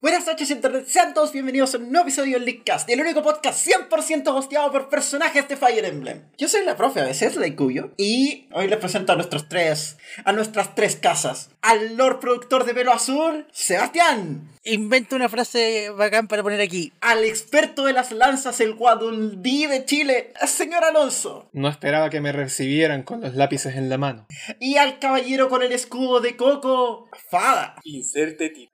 Buenas noches Internet, sean todos bienvenidos a un nuevo episodio del Leakcast, el único podcast 100% hosteado por personajes de Fire Emblem. Yo soy la profe a veces, la Cuyo, y hoy les presento a nuestros tres, a nuestras tres casas, al Lord Productor de Pelo Azul, Sebastián, Invento una frase bacán para poner aquí. al experto de las lanzas, el Guaduldí de Chile, señor Alonso, No esperaba que me recibieran con los lápices en la mano. y al caballero con el escudo de Coco, Fada. Inserte tip.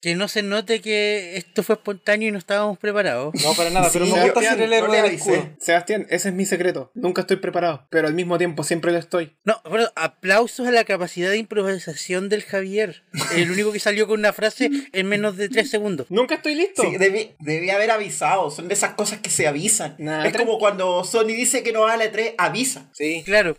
Que no se note que esto fue espontáneo y no estábamos preparados. No, para nada, pero Sí, me gusta Sebastián, ser el no héroe le del avisé. escudo. Sebastián, ese es mi secreto. Nunca estoy preparado, pero al mismo tiempo siempre lo estoy. No, bueno, aplausos a la capacidad de improvisación del Javier. El único que salió con una frase en menos de tres segundos. ¡Nunca estoy listo! Sí, debí, debí haber avisado, son de esas cosas que se avisan. Nah, es tres- como cuando Sony dice que no va a la E3, avisa. Sí. Claro.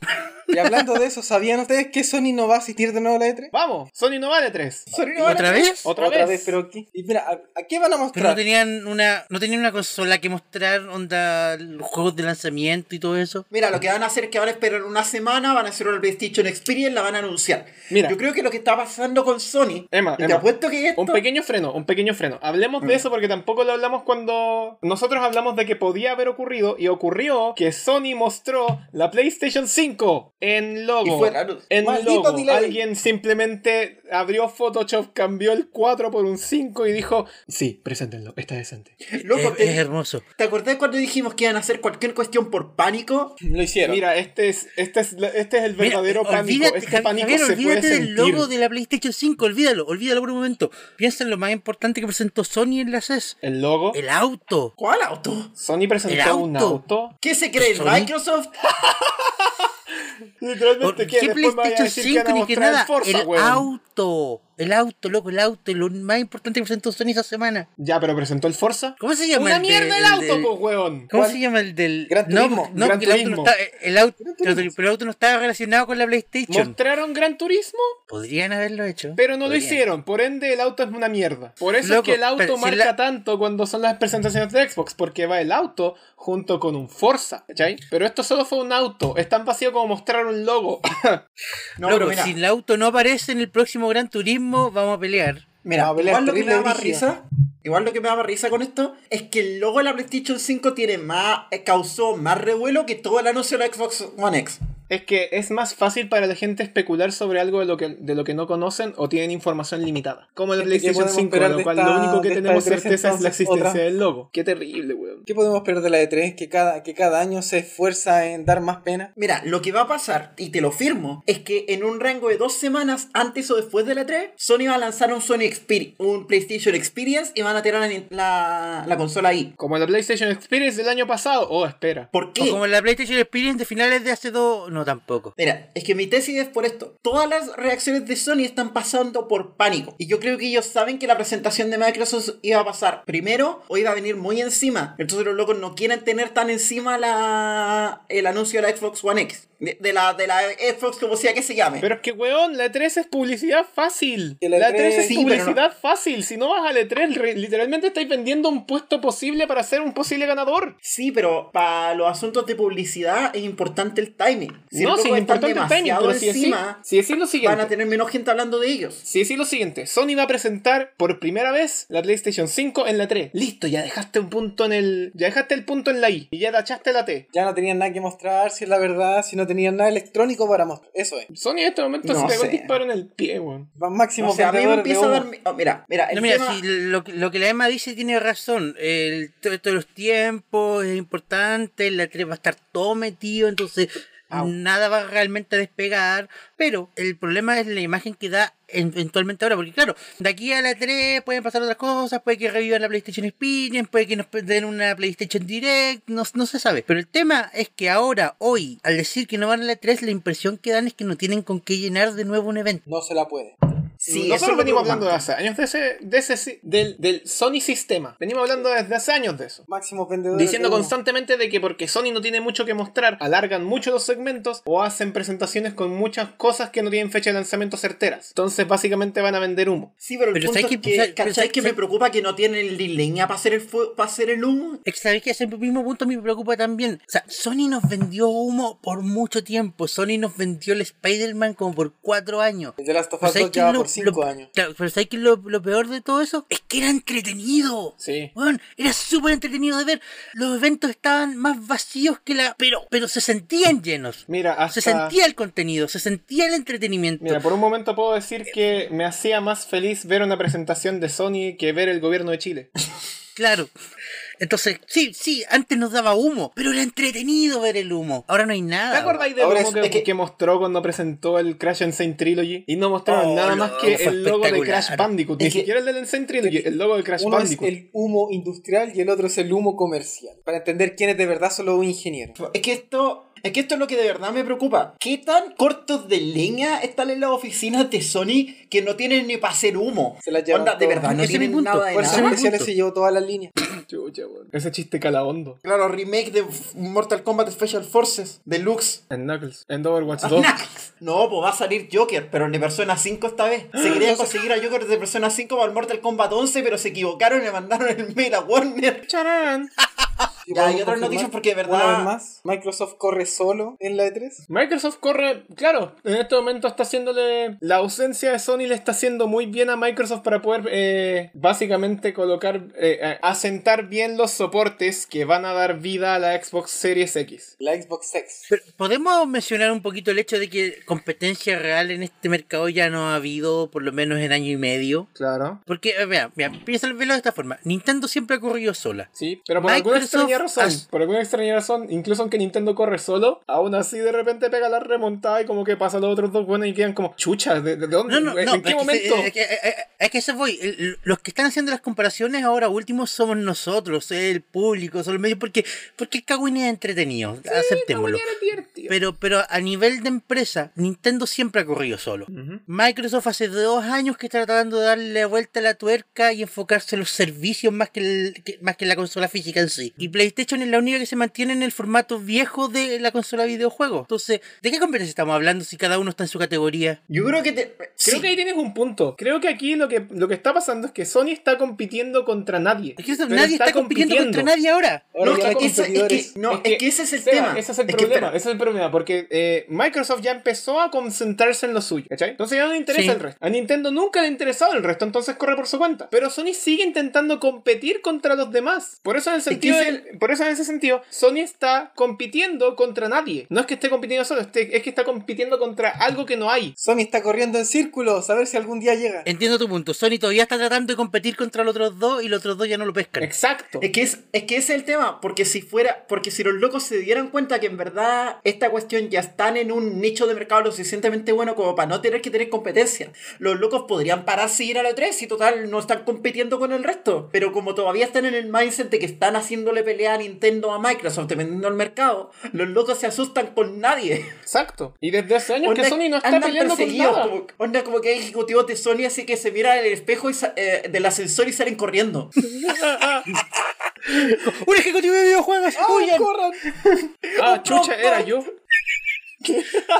Y hablando de eso, ¿sabían ustedes que Sony no va a asistir de nuevo a la E E3? ¡Vamos! Sony no vale tres. Sony no va a la ¿Otra vez? Otra, vez. pero ¿qué? Y mira, ¿a, a qué van a Pero no mostrar? tenían una, no tenían una consola que mostrar onda los juegos de lanzamiento y todo eso. Mira, lo que van a hacer es que van a esperar una semana, van a hacer una PlayStation Experience, la van a anunciar. Mira. Yo creo que lo que está pasando con Sony, Emma, y te Emma, apuesto que esto... Un pequeño freno, un pequeño freno. Hablemos de eso porque tampoco lo hablamos cuando nosotros hablamos de que podía haber ocurrido y ocurrió que Sony mostró la PlayStation 5 en logo. Y fue raro. En Maldito logo. delay. Alguien simplemente abrió Photoshop, cambió el 4 por un 5 y dijo, sí, preséntenlo, está decente. Loco, es, te, es hermoso. ¿te acordás cuando dijimos que iban a hacer cualquier cuestión por pánico? Lo hicieron. Mira, este es, este es, la- este es el Mira, verdadero pánico. olvídate, este pánico Javier, se puede olvídate del sentir. logo de la PlayStation 5, olvídalo, olvídalo por un momento. Piensa en lo más importante que presentó Sony en la CES. El logo. El auto. ¿Cuál auto? Sony presentó el un auto. auto. ¿Qué se cree Sony. Microsoft? Literalmente, Por- ¿qué? ¿Qué Después me vaya a PlayStation decir que 5 van a ni que mostrar el nada? Forza, el weón. auto. El auto, loco, el auto. Lo más importante que presentó Sony esa semana. Ya, pero presentó el Forza. ¿Cómo se llama? Una de- mierda el auto, del- po, weón. ¿Cómo ¿Cuál? se llama el del.? Gran no, Turismo, no, Gran porque el auto no Turismo. está. El auto, Gran pero, Turismo. pero el auto no estaba relacionado con la PlayStation. Mostraron Gran Turismo, Podrían haberlo hecho. pero no Podrían. lo hicieron. Por ende, el auto es una mierda. Por eso Loco, es que el auto pero si marca la- tanto cuando son las presentaciones de Xbox, porque va el auto junto con un Forza, ¿cachai? Pero esto solo fue un auto. Es tan vacío como mostrar un logo. No, Loco, pero mira, si el auto no aparece en el próximo Gran Turismo, vamos a pelear. Mira, No, Belén, igual lo que me terrible da más brígido. risa, igual lo que me da más risa con esto, es que el logo de la PlayStation 5 tiene más, eh, causó más revuelo que todo el anuncio de la Xbox One X. Es que es más fácil para la gente especular sobre algo de lo que, de lo que no conocen o tienen información limitada. Como el Gente, ¿qué PlayStation podemos 5, esperar de lo cual esta- lo único que de esta tenemos E3 certeza es la entonces? existencia Otra. del logo. Qué terrible, weón. ¿Qué podemos esperar de la E3? Que cada, que cada año se esfuerza en dar más pena. Mira, lo que va a pasar, y te lo firmo, es que en un rango de dos semanas antes o después de la 3, Sony va a lanzar un Sony Experi- un PlayStation Experience y van a tirar la, la- la consola ahí. Como la PlayStation Experience del año pasado. Oh, espera. ¿Por O qué? como la PlayStation Experience de finales de hace dos. No, tampoco. Mira, es que mi tesis es por esto. Todas las reacciones de Sony están pasando por pánico. Y yo creo que ellos saben que la presentación de Microsoft iba a pasar primero o iba a venir muy encima. Entonces los locos no quieren tener tan encima la... el anuncio de la Xbox One X. De, de la, de la Xbox como sea que se llame. Pero es que, weón, la E3 es publicidad fácil. Que La la E3, E3 es E sí, pero no- publicidad fácil. Si no vas a la E3, re- literalmente estáis vendiendo un puesto posible para ser un posible ganador. Sí, pero para los asuntos de publicidad es importante el timing. Si no, los locos si es están importante el timing, demasiado pero si decís, encima, si decís lo siguiente. van a tener menos gente hablando de ellos. Si decís lo siguiente, Sony va a presentar por primera vez la PlayStation 5 en la 3. Listo, ya dejaste un punto en el. Ya dejaste el punto en la I y ya tachaste la T. Ya no tenían nada que mostrar, si es la verdad, si no tenían nada electrónico para mostrar. Eso es. Sony en este momento No se pegó el sé. disparo en el pie, weón. Va- Máximo O sea, a mí me vendedor de empieza a humo. dar... oh, mira, mira, el No, mira, tema- si lo, lo que la Emma dice tiene razón. El, todo esto de los tiempos es importante. La 3 va a estar todo metido, entonces Au. nada va realmente a despegar. Pero el problema es la imagen que da eventualmente ahora. Porque, claro, de aquí a la 3 pueden pasar otras cosas. Puede que revivan la PlayStation Experience, puede que nos den una PlayStation Direct. No, no se sabe. Pero el tema es que ahora, hoy, al decir que no van a la 3, la impresión que dan es que no tienen con qué llenar de nuevo un evento. No se la puede. Sí, eso es Nosotros lo venimos hablando de preocupante. hace años de ese, de ese si- del, del Sony sistema. Venimos hablando desde hace años de eso. Máximo vendedor Diciendo de humo. constantemente de que porque Sony no tiene mucho que mostrar, alargan mucho los segmentos o hacen presentaciones con muchas cosas que no tienen fecha de lanzamiento certeras. Entonces básicamente van a vender humo. Sí, pero el Pero punto ¿sabes es que, qué? ¿sabes- ¿cachai? sabes- que me sabes- preocupa que no tienen li- leña para hacer el fue- para hacer el humo. Es que sabéis que ese mismo punto me preocupa también. O sea, Sony nos vendió humo por mucho tiempo. Sony nos vendió el Spider-Man como por cuatro años. El de Last of Pero Us ¿sabéis 2 qué es ya va lo- por cinco años. Claro, pero ¿sabes qué es lo, lo peor de todo eso? Es que era entretenido. Sí. Weón, era súper entretenido de ver. Los eventos estaban más vacíos que la... Pero, pero se sentían llenos. Mira, hasta... Se sentía el contenido, se sentía el entretenimiento. Mira, por un momento puedo decir que me hacía más feliz ver una presentación de Sony que ver el gobierno de Chile. Claro. Entonces, sí, sí, antes nos daba humo, pero era entretenido ver el humo. Ahora no hay ¿Te nada. acordáis del Ahora logo es- que, es que- que mostró cuando presentó el Crash Insane Trilogy? Y no mostraron Oh, nada loco, más que fue el logo de espectacular. Crash Bandicoot. Ni Es que- siquiera el del Insane Trilogy, el logo de Crash Uno es Bandicoot. el humo industrial y el otro es el humo comercial. Para entender quiénes de verdad son los ingenieros. Es que esto. Es que esto es lo que de verdad me preocupa. ¿Qué tan cortos de leña están en las oficinas de Sony que no tienen ni para hacer humo? Se las llevan Onda, de todas. verdad, no Ese es mi tienen punto. nada de Por Fuerzas nada. eso- especiales punto. se llevó todas las líneas. Chucha, weón. Ese chiste calahondo. Claro, remake de Mortal Kombat Special Forces, Deluxe. En Knuckles. En Ah, Overwatch 2. Knuckles. No, pues va a salir Joker, pero el de Persona 5 esta vez. Se querían conseguir a Joker de Persona 5 para el Mortal Kombat 11, pero se equivocaron y le mandaron el mail a Warner. Charán. Y Ya, podemos y otras confirmar noticias porque de Una verdad. vez más, Microsoft corre solo en la E E3. Microsoft corre, claro, en este momento está haciéndole, la ausencia de Sony le está haciendo muy bien a Microsoft para poder eh, básicamente colocar, eh, eh, asentar bien los soportes que van a dar vida a la Xbox Series X. La Xbox X. Pero, ¿Podemos mencionar un poquito el hecho de que competencia real en este mercado ya no ha habido, por lo menos en año y medio? Claro. Porque, eh, mira, mira, piensa velo de esta forma. Nintendo siempre ha corrido sola. Sí, pero por alguna Microsoft extraña razón, as- por alguna extraña razón, incluso aunque Nintendo corre solo, aún así de repente pega la remontada y como que pasa a los otros dos buenos y quedan como, chucha, ¿de, de dónde? No, no, ¿En no. qué es que se- momento? Es que, es que- es que eso voy. El- Los que están haciendo las comparaciones ahora último somos nosotros, el público, son los medios, porque, porque el cagüín es entretenido. aceptémoslo. Pero, pero a nivel de empresa, Nintendo siempre ha corrido solo. Ujú. Microsoft hace dos años que está tratando de darle vuelta a la tuerca y enfocarse en los servicios más que, el- que- más que en la consola física en sí. Y PlayStation es la única que se mantiene en el formato viejo de la consola de videojuegos. Entonces, ¿de qué competencia estamos hablando si cada uno está en su categoría? Yo creo que te. Creo sí. que ahí tienes un punto. Creo que aquí lo que, lo que está pasando es que Sony está compitiendo contra nadie. Es que eso- Pero nadie está, compitiendo, contra nadie ahora. Ahora No, ya no hay es que ese- es, competidores. que, no, es que ese es el espera, tema. Ese es el que, problema, espera, ese es el problema, porque eh, Microsoft ya empezó a concentrarse en lo suyo, ¿cachai? Entonces ya no le interesa Sí. el resto. A Nintendo nunca le ha interesado el resto, entonces corre por su cuenta. Pero Sony sigue intentando competir contra los demás. Por eso en el sentido, es del- por eso en ese sentido, Sony está compitiendo contra nadie. No es que esté compitiendo solo, este- es que está compitiendo contra algo que no hay. Sony está corriendo en círculos, a ver si algún día llega. Entiendo tu punto. Sony todavía está tratando de competir contra los otros dos y los otros dos ya no lo pescan. Exacto. Es que, es, es que ese es el tema, porque si fuera, porque si los locos se dieran cuenta que en verdad esta cuestión ya están en un nicho de mercado lo suficientemente bueno como para no tener que tener competencia, los locos podrían pararse y ir a la 3 y total no están compitiendo con el resto. Pero como todavía están en el mindset de que están haciéndole pelea a Nintendo a Microsoft, dependiendo del mercado, los locos se asustan con nadie. Exacto. Y desde hace años que Onda, Sony no está andan peleando con perseguidos, nada. Como, onda como que hay ejecutivos de Sony así que se miran al espejo y sa- eh, del ascensor y salen corriendo. ¡Un ejecutivo de videojuegos! ¡Ay, huyan! corran! Ah, chucha, era yo.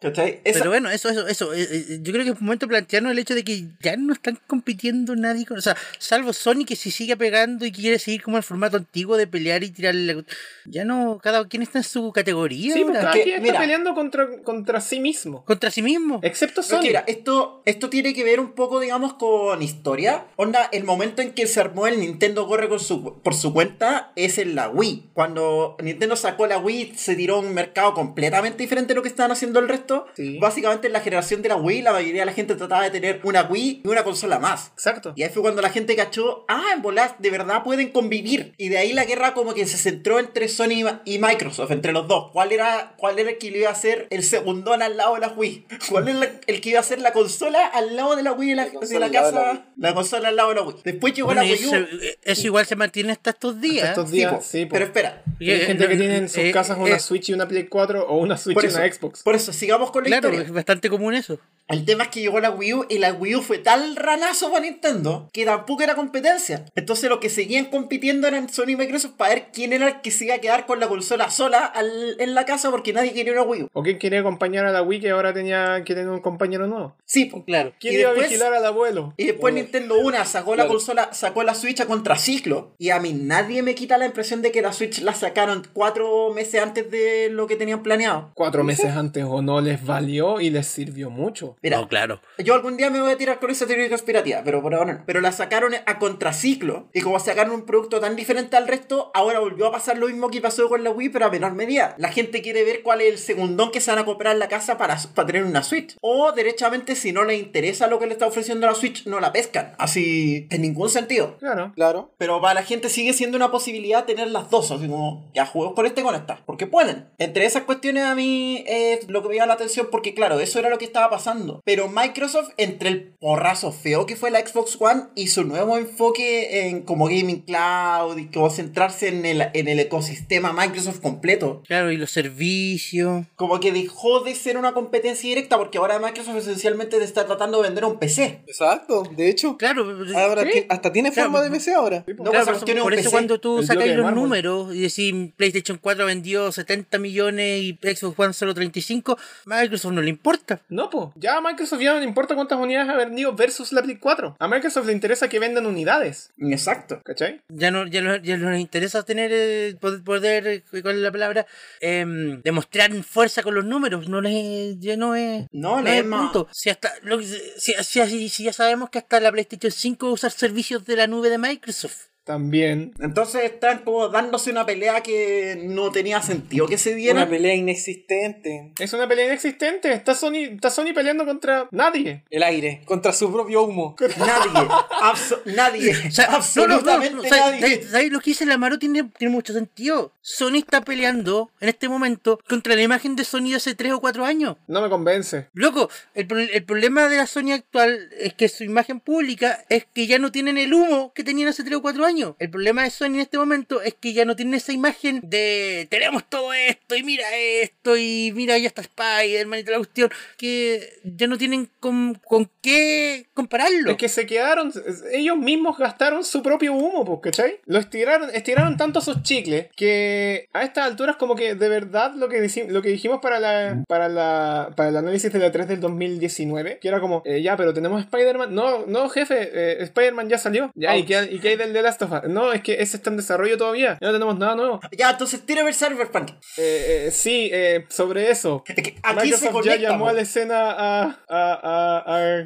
¿Cachai? Esa- Pero bueno, eso, eso, eso. eh, eh, yo creo que es momento de plantearnos el hecho de que ya no están compitiendo nadie con. O sea, salvo Sony que si sigue pegando y quiere seguir como el formato antiguo de pelear y tirar. la- Ya no, cada quien está en su categoría Sí, ahora, pues cada que, quien está mira. peleando contra, contra sí mismo. Contra sí mismo. Pero Excepto es Sony. que mira, esto, esto tiene que ver un poco, digamos, con historia. Onda, el momento en que se armó el Nintendo corre con su, por su cuenta es en la Wii. Cuando Nintendo sacó la Wii, se tiró a un mercado completamente diferente a lo que estaban haciendo el resto. Sí. Básicamente, en la generación de la Wii, la mayoría de la gente trataba de tener una Wii y una consola más. Exacto. Y ahí fue cuando la gente cachó, ah, en bolas, de verdad pueden convivir. Y de ahí la guerra como que se centró entre Sony y Ma- y Microsoft, entre los dos. ¿Cuál era, cuál era el que iba a ser el segundón al lado de la Wii? ¿Cuál era la- el que iba a ser la consola al lado de la Wii de la, La de consola la al lado de la casa? La consola al lado de la Wii. Después llegó Bueno, la y Wii U. eso, eh, eso igual se mantiene hasta estos días. Estos Sí, días, po. sí, po. Pero espera, Y, Hay eh, gente que no, tiene en sus eh, casas una eh, Switch y una Play 4 o una Switch por y eso, una Xbox. por eso, sigamos con la Claro, historia. es bastante común eso. El tema es que llegó la Wii U y la Wii U fue tal ranazo para Nintendo que tampoco era competencia. Entonces lo que seguían compitiendo eran Sony y Microsoft para ver quién era el que se iba a quedar con la consola sola al- en la casa porque nadie quería una Wii U. ¿O quién quería acompañar a la Wii que ahora tenía que tener un compañero nuevo? Sí, po. Claro. ¿Quién Y iba a después- vigilar al abuelo? Y después Nintendo una sacó la Claro. consola, sacó la Switch a contraciclo. Y a mí nadie me quita la impresión de que la Switch la sacaron cuatro meses antes de lo que tenían planeado. año. cuatro meses antes o no les valió y les sirvió mucho. Mira, No, claro. yo algún día me voy a tirar con esa teoría conspirativa, pero por ahora no. Pero la sacaron a contraciclo y como sacaron un producto tan diferente al resto, ahora volvió a pasar lo mismo que pasó con la Wii, pero a menor medida. La gente quiere ver cuál es el segundón que se van a comprar en la casa para, para tener una Switch. O derechamente, si no les interesa lo que le está ofreciendo la Switch, no la pescan. Así, en ningún sentido. Claro. Claro. Pero para la gente sigue siendo una posibilidad tener las dos, así como ya juegos con este y con esta, porque pueden. Entre esas cuestiones a mí es lo que me llama la atención porque claro, eso era lo que estaba pasando. Pero Microsoft entre el porrazo feo que fue la Xbox One y su nuevo enfoque en como gaming cloud y como centrarse en el, en el ecosistema Microsoft completo. Claro, y los servicios. Como que dejó de ser una competencia directa porque ahora Microsoft esencialmente te está tratando de vender un PC. Exacto. De hecho, Claro, ahora ¿sí? ti- hasta tiene Claro, forma de pues, PC ahora. Sí, po. No, Claro, pues, por esa eso- cuestión es un por eso PC, cuando tú el sacas bloque de los mármol. números y decís PlayStation 4 vendió 70 millones y Xbox One solo 35, Microsoft no le importa. No, po. Ya a Microsoft ya no le importa cuántas unidades ha vendido versus la Play 4. A Microsoft le interesa que vendan unidades. Exacto. ¿Cachai? Ya no, ya no, ya no les interesa tener eh, poder, poder, eh, ¿cuál es la palabra? Em, demostrar fuerza con los números. No les, ya no es. No, no le es es más- punto. Si, hasta, lo que- si, si- si- si ya sabemos que hasta la PlayStation 5 usa servicios de la nube de Microsoft. También. Entonces están como dándose una pelea que no tenía sentido que se diera. Una pelea inexistente. Es una pelea inexistente. Está Sony, está Sony peleando contra nadie. El aire. Contra su propio humo. Nadie, abso- nadie, O sea, Ah, no, no, no, absolutamente no, nadie. ¿sabes- ¿sabes- ¿sabes lo que dice la Maru? Tiene, tiene mucho sentido. Sony está peleando en este momento contra la imagen de Sony de hace 3 o 4 años. No me convence. Loco, el, pro- el problema de la Sony actual es que su imagen pública es que ya no tienen el humo que tenían hace 3 o 4 años. El problema de Sony en este momento es que ya no tienen esa imagen de tenemos todo esto y mira esto y mira ya está Spider-Man y toda la cuestión. Que ya no tienen con, con qué compararlo. Es que se quedaron, ellos mismos gastaron su propio humo, pues, ¿cachai? Lo estiraron, estiraron tanto sus chicles que a estas alturas como que de verdad lo que, dici- lo que dijimos para la, para la para el análisis de la 3 del 2019, que era como, eh, ya, pero tenemos Spider-Man. No, no, jefe, eh, Spider-Man ya salió. Ya, ¿y qué, ¿y qué hay del The Last of Us? No, es que ese está en desarrollo todavía. No tenemos nada nuevo. Ya, entonces tira ver Cyberpunk. Eh, eh, sí, eh, sobre eso. Es que aquí se Microsoft ya conecta. llamó a po. la escena a, a, a,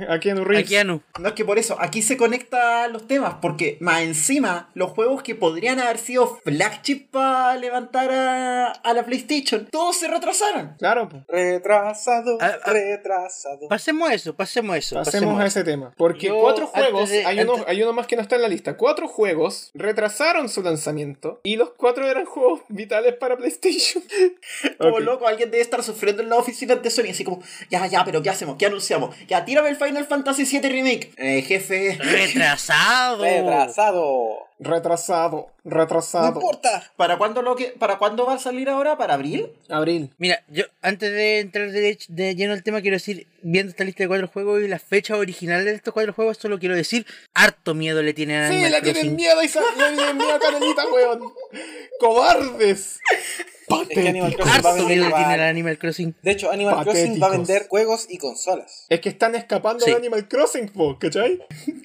a, a Keanu Reeves. Aquí ya no. No es que por eso, aquí se conecta los temas, porque más encima, los juegos que podrían haber sido flagship para levantar a, a la PlayStation, todos se retrasaron. Claro, pues. Retrasado. Ah, ah. retrasado. Pasemos a eso, pasemos a eso. Pasemos a ese tema. Porque Yo, cuatro antes juegos, de- hay, uno, antes- hay uno más que no está en la lista. Cuatro juegos retrasaron su lanzamiento y los cuatro eran juegos vitales para PlayStation. Como Ok. loco, alguien debe estar sufriendo en la oficina de Sony, así como, ya, ya, pero ¿qué hacemos? ¿Qué anunciamos? Ya, tírame el Final Fantasy VII Remake. Eh, jefe. Retrasado. Retrasado. Retrasado, No retrasado. importa. ¿Para cuándo, lo que, ¿Para cuándo va a salir ahora? ¿Para abril? Abril. Mira, yo antes de entrar de, de lleno al tema, quiero decir, viendo esta lista de cuatro juegos y las fechas originales de estos cuatro juegos, solo quiero decir, harto miedo le tienen a Sí, Animal le Crossing. tienen miedo y le tienen miedo a Canelita, weón. Cobardes. Es que Animal Crossing va a Harto vender miedo le tienen a igual. Animal Crossing. De hecho, Animal Crossing va a Patéticos. vender juegos y consolas. Es que están escapando Sí. de Animal Crossing, po, ¿cachai?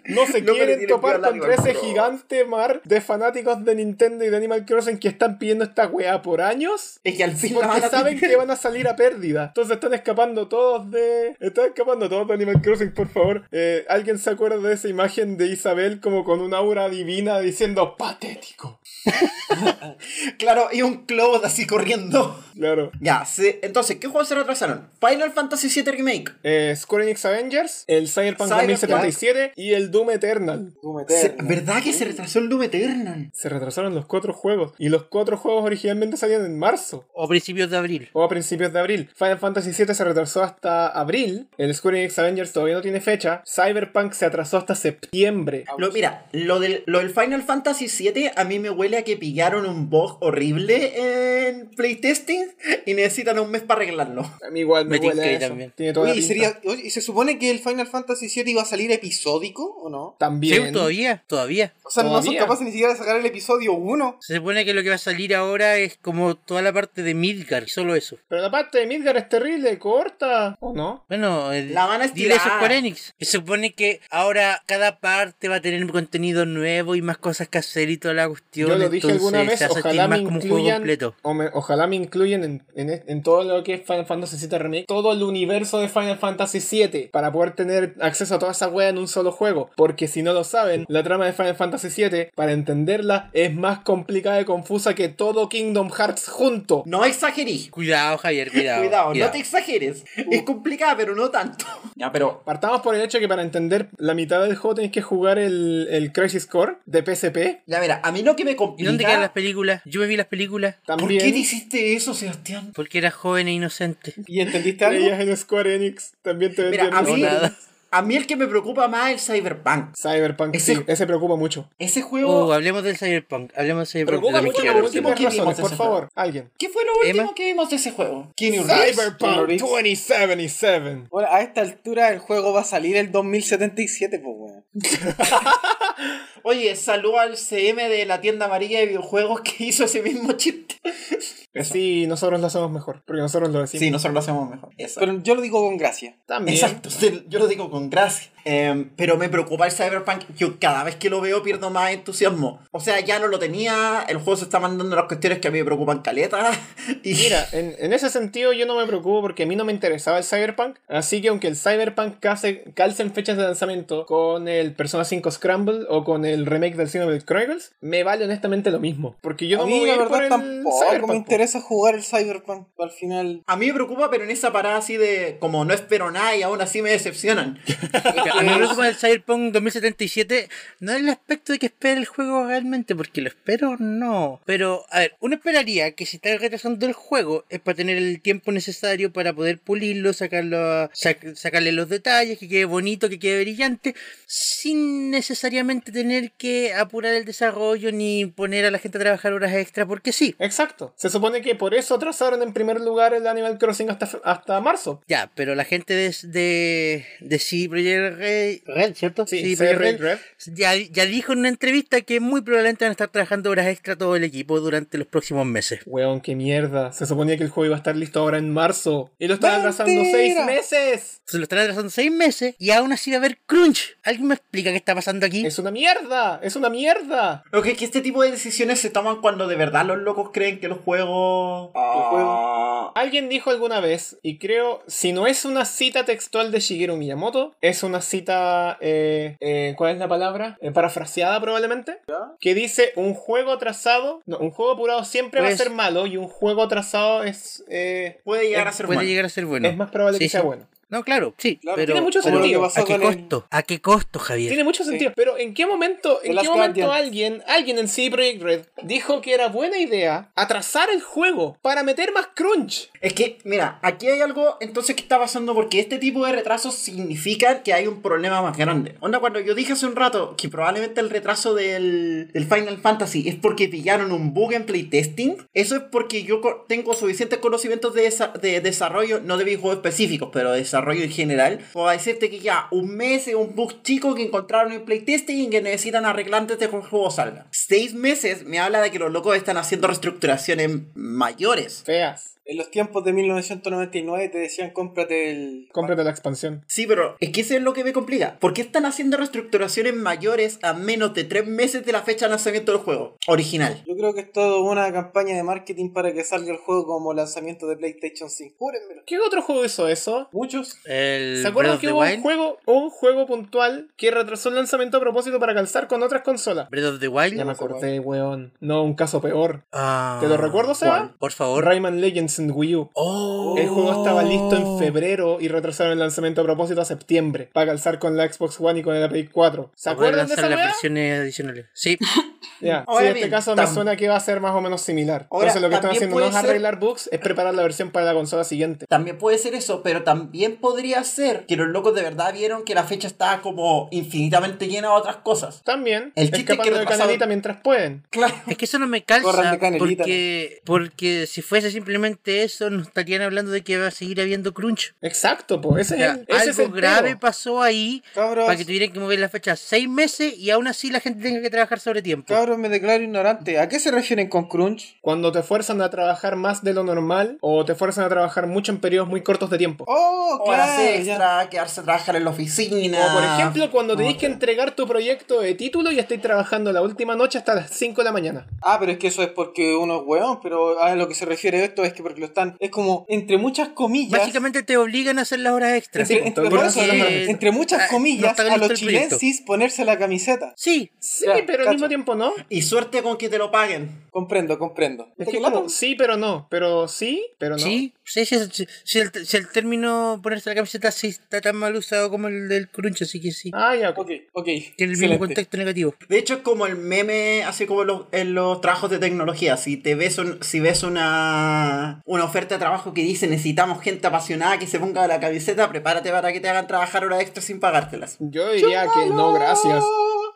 No se No, pero quieren tienen topar miedo al con Animal ese Crossing. gigante mar de fanáticos de Nintendo y de Animal Crossing que están pidiendo esta weá por años. Es que al fin Ah, la van Porque a saben tener. que van a salir a pérdida. Entonces están escapando todos de. Están escapando todos de Animal Crossing, por favor. Eh, ¿Alguien se acuerda de esa imagen de Isabel como con una aura divina diciendo patético? Claro, y un Cloud así corriendo. Claro. Ya, se- entonces, ¿qué juegos se retrasaron? Final Fantasy VII Remake. Eh, Square Enix Avengers, el Cyberpunk Cyberpunk. 2077 y el Doom Eternal. Doom Se- Eternal. ¿Verdad que se retrasó el Doom Eternal? Se retrasaron los cuatro juegos. Y los cuatro juegos originalmente salían en marzo. O principios de abril. o a principios de abril. Final Fantasy VII se retrasó hasta abril. El Square Enix Avengers todavía no tiene fecha. Cyberpunk se atrasó hasta septiembre. Lo, mira, lo del, lo del Final Fantasy VII a mí me huele a que pillaron un bug horrible en playtesting y necesitan un mes para arreglarlo. A mí igual me, Me huele tinca a ahí eso. también. Tiene toda la Oye, pinta. y sería, oye, ¿y se supone que el Final Fantasy VII iba a salir episódico o no? También. Sí, todavía, todavía. O sea, no son Todavía. capaces ni siquiera de sacar el episodio 1. Se supone que lo que va a salir ahora es como toda la parte de Midgar, y solo eso. Pero la parte de Midgar es terrible, corta. ¿O no? Bueno, el- La van a dile eso a estirar. Square Enix. Se supone que ahora cada parte va a tener contenido nuevo y más cosas que hacer y toda la cuestión. Yo lo dije entonces alguna vez, se hace sentir ojalá me más como un juego incluyan, completo. o me- ojalá me incluyan en, en- en todo lo que es Final Fantasy VII Remake, todo el universo de Final Fantasy VII, para poder tener acceso a toda esa wea en un solo juego. Porque si no lo saben, la trama de Final Fantasy VII, para entenderla, es más complicada y confusa que todo Kingdom Hearts junto. No exagerís. Cuidado, Javier, cuidado. Cuidado, no cuidado. te exageres. Es complicada, pero no tanto. Uh. Ya, pero. Partamos por el hecho que para entender la mitad del juego tenéis que jugar el, el Crisis Core de PSP. Ya, mira, a mí lo que me ¿Y complica. dónde quedan las películas? Yo me vi las películas ¿Por También qué te hiciste eso, Sebastián? porque era joven e inocente. ¿Y entendiste algo? ellas en Square Enix también te Mira, vendieron a eso. mí, nada. a mí el que me preocupa más es el Cyberpunk. Cyberpunk, Ese- sí, ese preocupa mucho. Ese juego. Oh, hablemos del Cyberpunk. Hablemos del Cyberpunk. Preocupa de mucho 2014. Por lo último últimas que vimos razones, de por ese favor, alguien. ¿Qué fue lo último Emma? que vimos de ese juego? Keanu Reeves. Cyberpunk Reeves. 2077. Bueno, a esta altura el juego va a salir el 2077, pues, weón. Oye, saludo al CM de la tienda amarilla de videojuegos que hizo ese mismo chiste. Sí, nosotros lo hacemos mejor, porque nosotros lo decimos. Sí, nosotros lo hacemos mejor. Eso. Pero yo lo digo con gracia. También. Exacto, sí, yo lo digo con gracia. Em, pero me preocupa el Cyberpunk. Yo cada vez que lo veo pierdo más entusiasmo. O sea, ya no lo tenía. El juego se está mandando las cuestiones que a mí me preocupan caleta. Y Mira, en, en ese sentido yo no me preocupo porque a mí no me interesaba el Cyberpunk. Así que aunque el Cyberpunk calce, calce en fechas de lanzamiento con el Persona 5 Scramble o con el remake del Xenoblade Chronicles, me vale honestamente lo mismo. Porque yo a no me mí, voy a la ir por el verdad, tampoco me Cyberpunk. po. interesa jugar el Cyberpunk. Al final, a mí me preocupa, pero en esa parada así de como no espero nada y aún así me decepcionan. Mira, a mí me preocupa del Cyberpunk 2077 no es el aspecto de que espera el juego realmente, porque lo espero no. Pero, a ver, uno esperaría que si está retrasando el juego es para tener el tiempo necesario para poder pulirlo, sacarlo, a- sac- sacarle los detalles, que quede bonito, que quede brillante, sin necesariamente tener que apurar el desarrollo ni poner a la gente a trabajar horas extra, porque sí. Exacto. Se supone que por eso trazaron en primer lugar el Animal Crossing hasta, fe- hasta marzo. Ya, pero la gente de, de, de CD Projekt Red, Red, ¿cierto? Sí, CD CD Projekt Projekt Red. Ya, ya dijo en una entrevista que muy probablemente van a estar trabajando horas extra todo el equipo durante los próximos meses. Weón, qué mierda. Se suponía que el juego iba a estar listo ahora en marzo. Y lo están atrasando ¡Mentira! seis meses. Se lo están atrasando seis meses y aún así va a haber crunch. ¿Alguien me explica qué está pasando aquí? Es una mierda. Es una mierda. Lo que es que este tipo de decisiones se toman cuando de verdad los locos creen que los juegos. Ah. Alguien dijo alguna vez, y creo, si no es una cita textual de Shigeru Miyamoto, es una cita, eh, eh, ¿cuál es la palabra? Eh, parafraseada probablemente, que dice, un juego atrasado, no, un juego apurado siempre va a Pues- ser malo y un juego atrasado es, eh, Puede llegar a ser Puede bueno. llegar a ser bueno. es más probable Sí, que sea sí. bueno. No, claro, sí. Claro, pero, tiene mucho pero sentido. ¿A qué Pasó con el- costo? ¿A qué costo, Javier? Tiene mucho sentido, pero ¿en qué momento, en The qué Last momento Guardian. alguien, alguien en CD Projekt Red dijo que era buena idea atrasar el juego para meter más crunch? Es que, mira, aquí hay algo entonces que está pasando porque este tipo de retrasos significan que hay un problema más grande. Onda, cuando yo dije hace un rato que probablemente el retraso del, del Final Fantasy es porque pillaron un bug en playtesting, eso es porque yo co- tengo suficientes conocimientos de, desa- de desarrollo, no de videojuegos específicos, pero de desarrollo en general, como para decirte que ya un mes es un bug chico que encontraron en playtesting y que necesitan arreglar antes de que el juego salga. Seis meses me habla de que los locos están haciendo reestructuraciones mayores. Feas. en los tiempos de 1999 te decían cómprate el. Cómprate la expansión. Sí, pero es que eso es lo que me complica. ¿Por qué están haciendo reestructuraciones mayores a menos de tres meses de la fecha de lanzamiento del juego original? Yo creo que es todo una campaña de marketing para que salga el juego como lanzamiento de PlayStation 5. Júrenmelo. ¿Qué otro juego hizo eso? Muchos. El ¿Se Breath acuerdan of que the hubo un Wild. juego, un juego puntual que retrasó el lanzamiento a propósito para calzar con otras consolas? Breath of the Wild. Ya me acordé, weón. No, un caso peor. Ah, ¿Te lo recuerdo, Seba? Por favor. Rayman Legends en Wii U. Oh. El juego estaba listo en febrero y retrasaron el lanzamiento a propósito a septiembre para calzar con la Xbox One y con el Play 4. ¿Se Para poder acuerdan de lanzar esa las weá? versiones adicionales. Sí. Ya, Ahora sí, en este bien, caso me tam- suena que va a ser más o menos similar. Ahora, Entonces lo que están también haciendo no puede es ser- arreglar bugs, es preparar la versión para la consola siguiente. También puede ser eso, pero también podría ser que los locos de verdad vieron que la fecha estaba como infinitamente llena de otras cosas. También, El chiste es que escapando de retrasaron- canalita mientras pueden. Claro. Es que eso no me calza Corran de canelita. porque, porque si fuese simplemente solamente eso, nos estarían hablando de que va a seguir habiendo crunch. Exacto, pues ese O sea, es el, ese es algo el grave pero. pasó ahí Cabros, para que tuvieran que mover la fecha seis meses y aún así la gente tenga que trabajar sobre tiempo. cabros, me declaro ignorante. ¿A qué se refieren con crunch? Cuando te fuerzan a trabajar más de lo normal o te fuerzan a trabajar mucho en periodos muy cortos de tiempo. Oh, Horas claro. ya. extra, quedarse a trabajar en la oficina. O por ejemplo, cuando tenés que entregar tu proyecto de título y estáis trabajando la última noche hasta las 5 de la mañana. Ah, pero es que eso es porque uno es hueón, pero a lo que se refiere esto es que porque lo están. Es como, entre muchas comillas. Básicamente te obligan a hacer las horas extras. Entre, Sí, entre- porque- por eso, porque- entre ah, muchas no comillas, está a listo los el proyecto. chilensis ponerse la camiseta. Sí, Sí, Ya, pero al cacho. mismo tiempo no. Y suerte con que te lo paguen. Comprendo, comprendo. Es Puta, que qué lata. como, sí, pero no. Pero sí, pero no. sí, sí, sí, sí, sí, el, si el término ponerse la camiseta sí está tan mal usado como el del crunch, así que sí. Ah, ya. Ok, ok. Tiene el excelente. mismo contexto negativo. De hecho, es como el meme, así como los- en los trabajos de tecnología. Si te ves un- si ves una, una oferta de trabajo que dice necesitamos gente apasionada que se ponga la camiseta, prepárate para que te hagan trabajar horas extra sin pagártelas. Yo diría que no, gracias.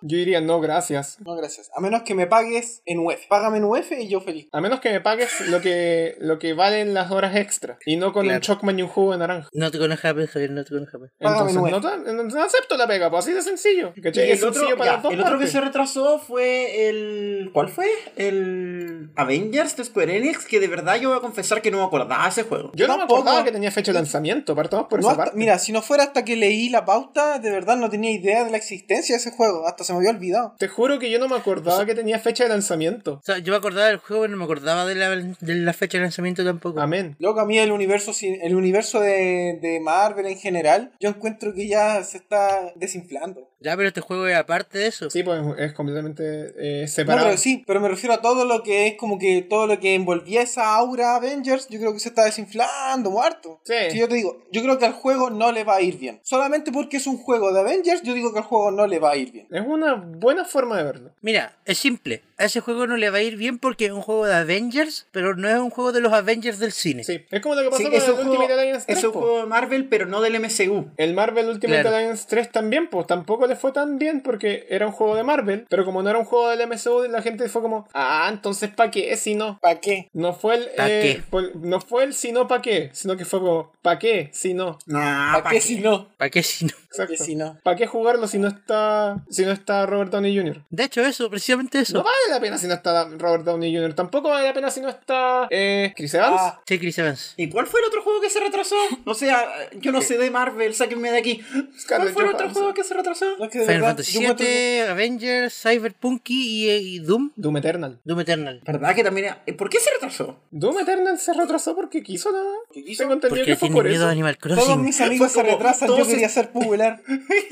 Yo diría no, gracias. No, gracias. A menos que me pagues en UF. Págame en UF y yo feliz. A menos que me pagues lo que, lo que valen las horas extra. Y no con Claro. un chocman y un jugo de naranja. No te conozcas, Javier, no te conozcas. Págame Entonces, nueve. no, tan- no- no acepto la pega, pues así de sencillo. ¿Cachai? Y Es el otro, sencillo para ya, las dos el otro que partes. se retrasó fue el. ¿Cuál fue? El Avengers de Square Enix, que de verdad yo voy a confesar que no me acordaba de ese juego. Yo no Tampoco. me acordaba que tenía fecha de lanzamiento, partamos por No esa hasta- parte. mira, si no fuera hasta que leí la pauta, de verdad no tenía idea de la existencia de ese juego. Hasta se me había olvidado. Te juro que yo no me acordaba que tenía fecha de lanzamiento. O sea, yo me acordaba del juego, pero no me acordaba de la, de la fecha de lanzamiento tampoco. Amén. Loco, a mí el universo, sin- el universo de, de Marvel en general, yo encuentro que ya se está desinflando. Ya, pero este juego es aparte de eso. Sí, pues es completamente eh, No, separado. pero sí, pero me refiero a todo lo que es como que todo lo que envolvía esa aura Avengers, yo creo que se está desinflando, muerto. Sí. Si yo te digo, yo creo que al juego no le va a ir bien. Solamente porque es un juego de Avengers, yo digo que al juego no le va a ir bien. Es una buena forma de verlo. Mira, es simple. A ese juego no le va a ir bien porque es un juego de Avengers, pero no es un juego de los Avengers del cine. Sí, es como lo que pasó Sí, con es el un, juego, Ultimate Alliance 3. es un po. juego de Marvel, pero no del MCU. El Marvel Ultimate Claro. Alliance 3 también, pues tampoco le fue tan bien porque era un juego de Marvel, pero como no era un juego del MCU, la gente fue como, ah, entonces ¿pa' qué? Si no. ¿Para qué? No fue el. ¿Pa' eh, qué? pol- no fue el si no pa' qué, sino que fue como, ¿pa' qué? Si no. Ah, ¿Para qué si no? ¿Para qué si no? ¿Para qué Exacto. si no? ¿Para qué jugarlo si no está si no está Robert Downey Jr.? De hecho, eso, precisamente eso. No vale la pena si no está Robert Downey Jr. Tampoco vale la pena si no está eh, Chris Evans. Ah, Sí, Chris Evans. ¿Y cuál fue el otro juego que se retrasó? O sea, yo no sé de Marvel, sáquenme de aquí. ¿Cuál Scarlett fue el otro Johansson. juego que se retrasó? no es que de Final verdad, Fantasy yo encuentro que- VII, Avengers, Cyberpunk y, y Doom. Doom Eternal. Doom Eternal. ¿Verdad que también era- ¿Por qué se retrasó? Doom Eternal se retrasó porque quiso, ¿no? ¿Qué quiso? Tengo entendido Porque que fue tiene por miedo eso. a Animal Todos Crossing. mis amigos Fue se como, retrasan, yo todos quería es- ser popular.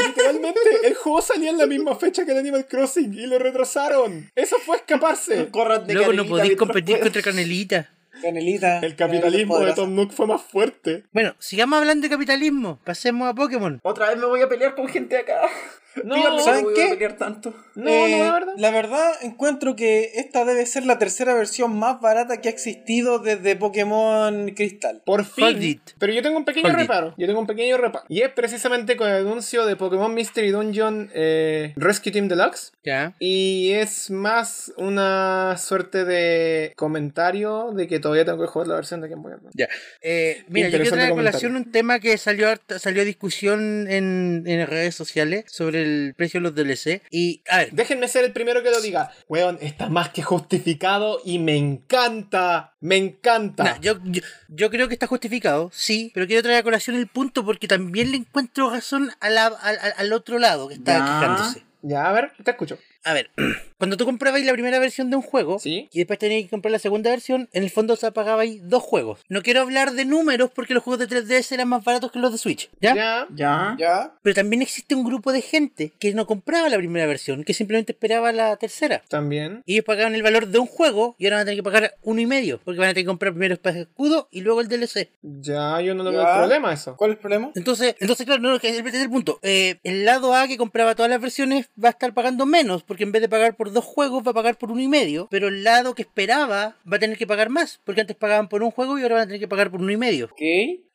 Literalmente, el juego salía en la misma fecha que el Animal Crossing y lo retrasaron. Eso fue escaparse. Corran de Luego no canelita podéis mientras competir puedas. contra Canelita. Canelita. El Canelita capitalismo de poderosa. Tom Nook fue más fuerte. Bueno, sigamos hablando de capitalismo. Pasemos a Pokémon. Otra vez me voy a pelear con gente acá. No, Díganme que ¿saben no voy qué? a pelear tanto. No, Eh, no, la verdad. La verdad, encuentro que esta debe ser la tercera versión más barata que ha existido desde Pokémon Cristal. Por Hold fin. it. Pero yo tengo un pequeño Hold it. reparo. Yo tengo un pequeño reparo. Y es precisamente con el anuncio de Pokémon Mystery Dungeon eh, Rescue Team Deluxe. Ya. Y es más una suerte de comentario de que todavía tengo que jugar la versión de Game Boy Advance. Ya. Eh, mira, yo quiero Interesante traer a comentario. colación un tema que salió harta- salió a discusión en, en redes sociales sobre el precio de los DLC. Y, a ver, Déjenme ser el primero que lo diga. Weón, está más que justificado y me encanta. Me encanta. Nah, yo, yo, yo creo que está justificado, sí, pero quiero traer a colación el punto porque también le encuentro razón a la- al- al- al otro lado que está Ya. quejándose. Ya, a ver, te escucho. A ver, cuando tú comprabais la primera versión de un juego Sí. y después tenías que comprar la segunda versión, en el fondo se apagabais dos juegos. No quiero hablar de números porque los juegos de 3DS eran más baratos que los de Switch, ¿ya? Ya. Ya. ¿Ya? Pero también existe un grupo de gente que no compraba la primera versión, que simplemente esperaba la tercera. También. Y ellos pagaban el valor de un juego y ahora van a tener que pagar uno y medio, porque van a tener que comprar primero Espada y Escudo y luego el DLC. Ya, yo no le veo Ya. problema a eso. ¿Cuál es el problema? Entonces, entonces claro, no, que ese es el punto. Eh, el lado A que compraba todas las versiones va a estar pagando menos, porque en vez de pagar por dos juegos va a pagar por uno y medio, pero el lado que esperaba va a tener que pagar más, porque antes pagaban por un juego y ahora van a tener que pagar por uno y medio. Ok.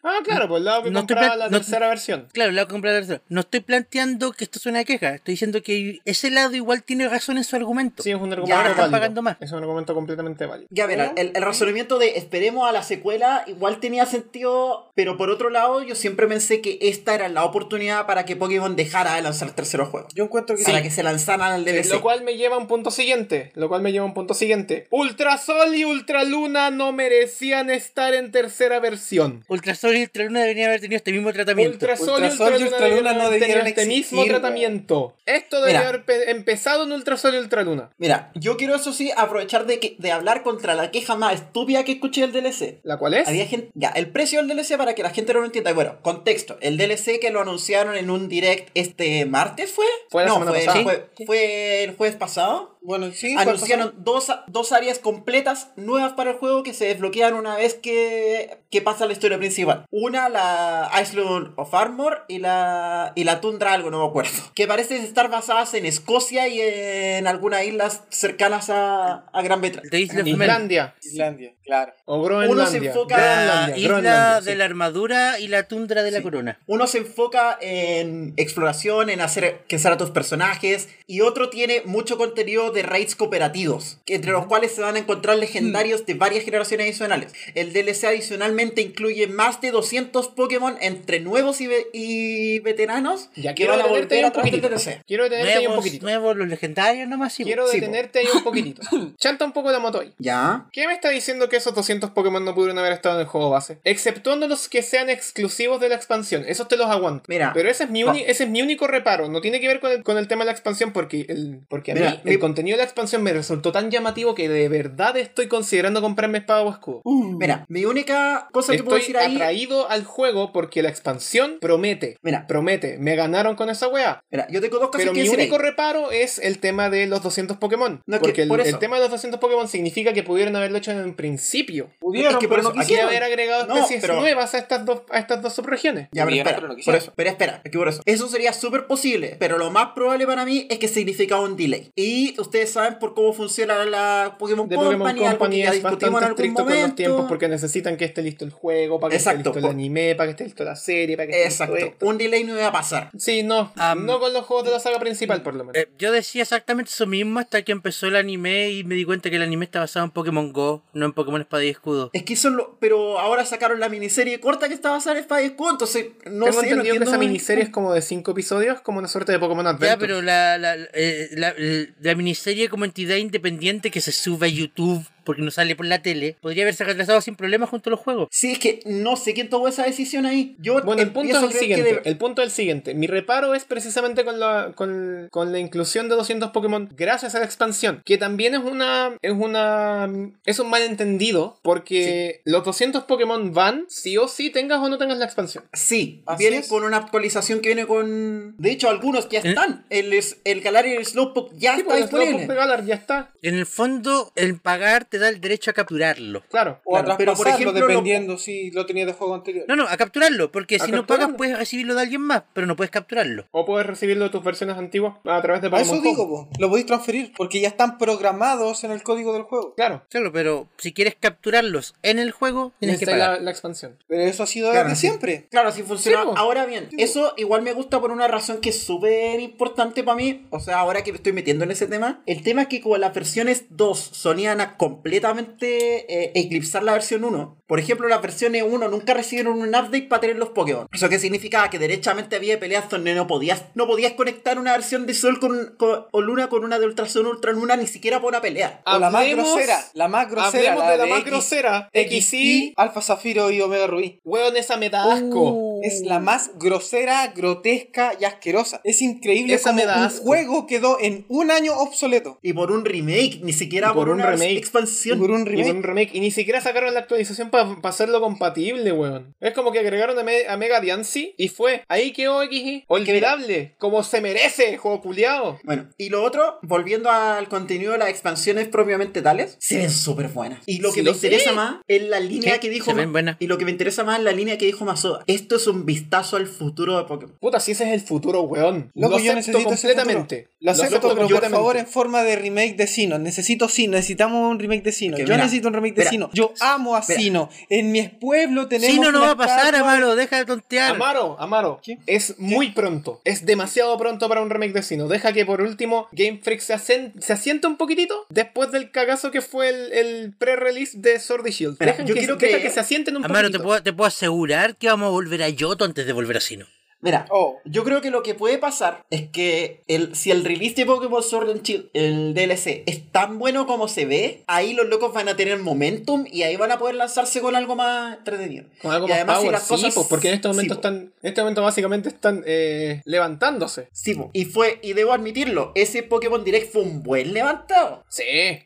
Ah, claro, pues el lado que No estoy compraba plan- la no- tercera versión. Claro, la compra de la tercera. No estoy planteando que esto sea una queja, estoy diciendo que ese lado igual tiene razón en su argumento. Sí, es un argumento Ya, están válido. pagando más. Es un argumento completamente válido. Ya verá, el, el razonamiento de esperemos a la secuela igual tenía sentido, pero por otro lado yo siempre pensé que esta era la oportunidad para que Pokémon dejara de lanzar terceros juegos. Yo encuentro que Para que se lanzaran al DLC. Lo cual me lleva a un punto siguiente. Lo cual me lleva a un punto siguiente. Ultrasol y Ultraluna no merecían estar en tercera versión. Ultrasol y Ultraluna deberían haber tenido este mismo tratamiento. Ultrasol, Ultrasol y y Ultraluna, Ultraluna debieron no haber tenido debieron este mismo existir, tratamiento. Esto debería Mira. haber pe- empezado en Ultrasol y Ultraluna. Mira, yo quiero eso sí aprovechar de, que, de hablar contra la queja más estúpida que escuché del DLC. ¿La cual es? Había gente, ya, el precio del DLC para que la gente no lo entienda. Bueno, contexto. El DLC que lo anunciaron en un direct este martes fue. Fue la no, semana fue, pasada. fue- fue el jueves pasado. Bueno, sí, ¿cuál Anunciaron dos, dos áreas completas nuevas para el juego que se desbloquean una vez que, que pasa la historia principal. Una, la Island of Armor y la, y la Tundra, algo, no me acuerdo. Que parecen estar basadas en Escocia y en algunas islas cercanas a, a Gran Bretaña. De Isla of Man. Islandia pasó? Islandia, claro. o Groenlandia. enfoca- La Groenlandia, isla Groenlandia, de sí. la armadura y la tundra de la corona. Uno se enfoca en exploración, en hacer crecer a tus personajes, y otro tiene mucho contenido de raids cooperativos, que- entre los cuales se van a encontrar Mm. legendarios de varias generaciones adicionales. El DLC adicionalmente incluye más de 200 Pokémon entre nuevos y, ve- y veteranos Ya que quiero van a detenerte ahí volver un a través del poquitito. DLC. Quiero detenerte ahí un Nuevos, poquitito. nuevos, los legendarios nomás. sí, Quiero Sí, po. detenerte ahí un poquitito. Chanta un poco la moto ahí. Ya. ¿Qué me está diciendo que esos 200 Pokémon no pudieron haber estado en el juego base? Exceptuando los que sean exclusivos de la expansión. Esos te los aguanto. Mira. Pero ese es mi, Va. uni- ese es mi único reparo. No tiene que ver con el, con el tema de la expansión porque, el, porque a Mira, mí mi- el contenido de la expansión me resultó tan llamativo que de verdad estoy considerando comprarme espada o escudo. Mira, mi única cosa que Uh, puedo Mm. Estoy decir ahí. atraído al juego porque la expansión promete. Mira. Promete. Me ganaron con esa wea. Mira, yo tengo dos cosas Pero que mi decir. ahí. único reparo es el tema de los 200 Pokémon. No, que- porque el, por eso. el tema de los 200 Pokémon significa que pudieron haberlo hecho en un principio. Pudieron, Es que por pero eso no aquí Aquí quisieron. haber agregado No, especies pero- nuevas a estas dos, a estas dos subregiones. Ya, pero Pudieron, espera, pero no por quisieron. eso, pero espera, aquí por eso. Eso sería súper posible, pero lo más probable para mí es que significaba un delay. Y ustedes saben por cómo funciona la Pokémon De Company, Pokémon algo que Company ya es discutimos en bastante algún estricto con los tiempos momento. porque necesitan que esté listo el juego, para que Exacto, esté listo por- el anime, para que esté listo la serie, para que esté listo Exacto, esto. un delay no iba a pasar. Sí, no, Am- no con los juegos de la saga principal por lo menos. Eh, yo decía exactamente eso mismo hasta que empezó el anime y me di cuenta que el anime está basado en Pokémon Go, no en Pokémon Espada y Escudo. Es que eso lo... Pero ahora sacaron la miniserie corta que estaba basada en Spy Escudo, entonces no sé, Tengo no entendido que entiendo esa miniserie es como de 5 episodios, como una suerte de Pokémon Adventure. Ya, pero la, la, eh, la- la- la miniserie como entidad independiente que se sube a YouTube porque no sale por la tele, podría haberse retrasado sin problemas junto a los juegos. Sí, es que no sé quién tomó esa decisión ahí. Yo Bueno, el punto es empiezo a el creer que siguiente. de- El punto es el siguiente. Mi reparo es precisamente con la, con, con la inclusión de 200 Pokémon gracias a la expansión, que también es una es una es un malentendido porque los 200 Pokémon van sí o sí tengas o no tengas la expansión. Sí, Así viene es. con una actualización que viene con. De hecho, algunos ya están. El, es- el Galarian y el Slowpoke ya Sí, está pues, los disponible. Pokémon de Galar ya está. En el fondo, el pagar te da el derecho a capturarlo. Claro. O a Claro, pero por traspasarlo, ejemplo, dependiendo si lo tenía de juego anterior. No, no, a capturarlo, porque A si no capturarlo. pagas puedes recibirlo de alguien más, pero no puedes capturarlo. O puedes recibirlo de tus versiones antiguas a través de A Pokémon eso Home. digo, po, lo podéis transferir, porque ya están programados en el código del juego. Claro. Claro, pero si quieres capturarlos en el juego, tienes que Necesitas pagar. la, la expansión. Pero eso ha sido Claro, desde sí. siempre. Claro, así funciona. Sí, po. ahora bien, eso igual me gusta por una razón que es súper importante para mí. O sea, ahora que me estoy metiendo en ese tema. El tema es que con las versiones 2 sonían a completamente eh, eclipsar la versión 1. Por ejemplo, las versiones 1 nunca recibieron un update para tener los Pokémon. Eso que significaba que derechamente había peleas donde no podías, no podías conectar una versión de Sol con, con- o Luna con una de Ultrason, Ultraluna, ni siquiera por una pelea. O la más Hablemos- grosera, la más grosera. Hablemos de la de más X- grosera. XY, XY. Alfa Zafiro y Omega Rubí. Weón, esa me da asco. Es Mm. la más grosera, grotesca y asquerosa. Es increíble Esa como me da un asco. juego quedó en un año obsoleto. Y por un remake, ni siquiera Y por por, un una remake. expansión. Y por un Y remake. con un remake. Y ni siquiera sacaron la actualización para hacerlo compatible, weón. Es como que agregaron a, Me- a Mega Diancy y fue. Ahí quedó XY. Olvidable. Como se merece, juego culiado. Bueno, y lo otro, volviendo al contenido de las expansiones propiamente tales, se ven súper buenas. Y lo Sí, que me lo sé. interesa más es la línea Sí, que dijo se ven Ma- buenas. Y lo que me interesa más es la línea que dijo Masoda. Esto es un vistazo al futuro de Pokémon. Puta, si ese es el futuro, weón. Loco, lo yo acepto necesito ese completamente. futuro. Lo acepto, pero por completamente. favor en forma de remake de Sino. Necesito Sino, necesitamos un remake de Sino. Que yo mira, necesito un remake de mira, Sino. Yo amo a mira. Sino. hermano, en mi pueblo tenemos. Si no, no una va a pasar, estatua- Amaro, deja de tontear. Amaro, Amaro, ¿Qué? es muy pronto. Es demasiado pronto para un remake de Sino. Deja que por último Game Freak se, asen- se asiente un poquitito después del cagazo que fue el, el pre-release de Sword y Shield. Mira, Deja, yo que, quiero deja que- que se asienten un Amaro, te poquitito. puedo, te puedo asegurar que vamos a volver a Yoto antes de volver a Sino. Mira, Oh. yo creo que lo que puede pasar es que el, si el release de Pokémon Sword and Shield, el DLC, es tan bueno como se ve, ahí los locos van a tener momentum y ahí van a poder lanzarse con algo más entretenido. Con algo Y más además, si power, las sí, cosas- po, porque en este momento sí, po. están, en este momento básicamente están eh, levantándose. Sí, po. y fue, y debo admitirlo, ese Pokémon Direct fue un buen levantado. Sí,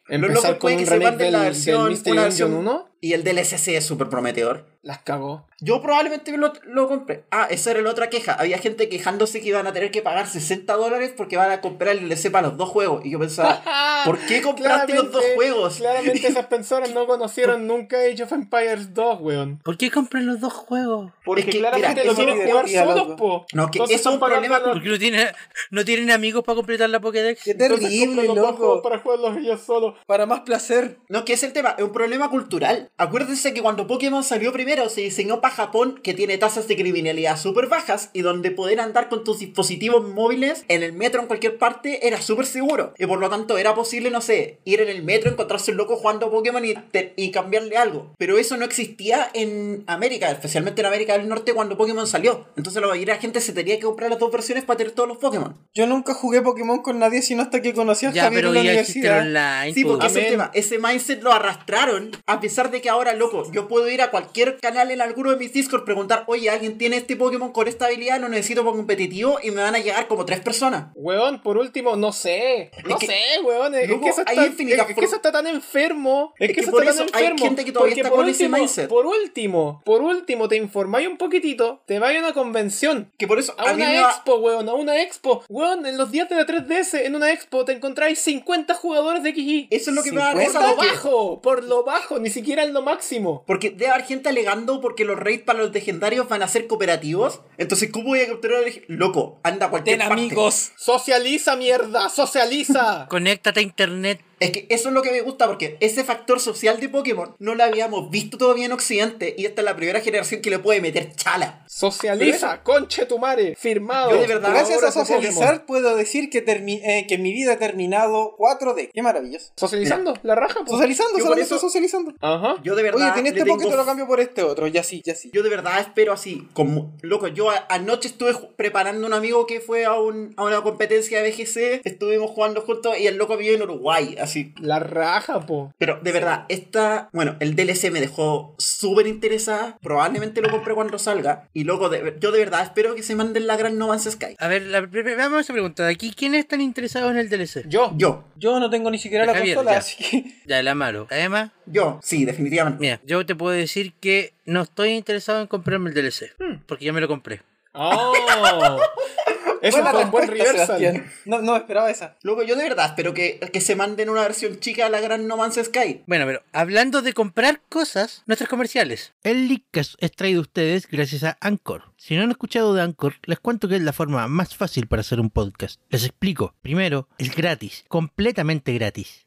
Los empezar locos con pueden un que se remake manden del, la del versión, Mystery una Dungeon versión 1, y el DLC es súper prometedor. las cagó. Yo probablemente lo, lo compré. Ah, esa era la otra queja. Había gente quejándose que iban a tener que pagar 60 dólares porque van a comprar el DLC para los dos juegos. Y yo pensaba, ¿por qué compraste los dos Claramente- juegos? Claramente esas personas no conocieron nunca Age of Empires 2, weón. ¿Por qué compran los dos juegos? Porque Es que, claramente mira, lo eso- quieren jugar mira, loco. solos, po. No, que Entonces eso es un están pagando problema- los- Porque no tienen, no tienen amigos para completar la Pokédex. Qué entonces terrible, compran los dos juegos loco. para jugarlos ellos solos. Para más placer. No, que es el tema, es un problema cultural. Acuérdense que cuando Pokémon salió primero se diseñó para Japón, que tiene tasas de criminalidad súper bajas y donde poder andar con tus dispositivos móviles en el metro en cualquier parte era súper seguro. Y por lo tanto era posible, no sé, ir en el metro, encontrarse un loco jugando a Pokémon y, te- y cambiarle algo. Pero eso no existía en América, especialmente en América del Norte cuando Pokémon salió. Entonces la mayoría de la gente se tenía que comprar las dos versiones para tener todos los Pokémon. Yo nunca jugué Pokémon con nadie sino hasta que conocí a Ya, Javier pero en la ya existe universidad. online. pues. Sí, po. porque ese es el tema. Amén. Ese mindset lo arrastraron. A pesar de que ahora, loco, yo puedo ir a cualquier canal en alguno de mis Discord preguntar, oye, ¿alguien tiene este Pokémon con esta habilidad? Lo necesito para competitivo y me van a llegar como tres personas. Weón, por último, no sé. No que- sé, weón. Es, Loco, que eso hay está, infinitas es que formas. eso está tan enfermo. Es Es, que que eso por está tan eso hay enfermo. gente que todavía Porque está por con ese último, mindset. Por último, por último, te informáis un poquitito, te vais a una convención. Que por eso A a mí una me va- expo, weón, a una expo. Weón, en los días de la 3DS, en una expo, te encontráis 50 jugadores de XI. Eso es lo que me da Por risa. lo porque- bajo, por lo bajo, ni siquiera en lo máximo. Porque debe haber gente alegando porque los raids para los legendarios van a ser cooperativos. Entonces, ¿cómo voy a capturar al lege- Loco, anda a cualquier Ten parte. amigos. Socializa, mierda, socializa. Conéctate a internet. Es que eso es lo que me gusta porque ese factor social de Pokémon no lo habíamos visto todavía en Occidente y esta es la primera generación que le puede meter chala. socializa, conche tu mare, firmado. Yo de verdad- Gracias a Colaboras de Pokémon. socializar puedo decir que, termi- eh, que mi vida ha terminado 4D. Qué maravilloso. Socializando, la raja. po. Socializando, Yo por solamente eso- socializando. Ajá. Yo de verdad. Oye, tiene le este Pokémon, tengo te lo cambio por este otro. Ya sí, ya sí. Yo de verdad espero así, como loco, yo a- anoche estuve ju- preparando un amigo que fue a, un- a una competencia de BGC, estuvimos jugando juntos y el loco vive en Uruguay, así. La raja, po. Pero de verdad, esta, bueno, el DLC me dejó súper interesada, probablemente lo compré cuando salga y loco, de ver- yo de verdad espero que se manden la gran No Man's Sky. A ver, la, pri- vamos a preguntar aquí, ¿quiénes están interesados en el DLC? Yo. Yo, Yo no tengo ni siquiera la Javier, consola, ya. así que. Ya, el Amaro. Además, yo, sí, definitivamente. mira, yo te puedo decir que no estoy interesado en comprarme el DLC, Hmm. porque ya me lo compré. Oh. Eso Buena fue un buen respuesta, reversal. Sebastián. No, no esperaba esa. Loco, yo de verdad espero que, que se manden una versión chica a la gran No Man's Sky. Bueno, pero hablando de comprar cosas, nuestros comerciales. El Leadcast es traído a ustedes gracias a Anchor. Si no han escuchado de Anchor, les cuento que es la forma más fácil para hacer un podcast. Les explico. Primero, es gratis, completamente gratis.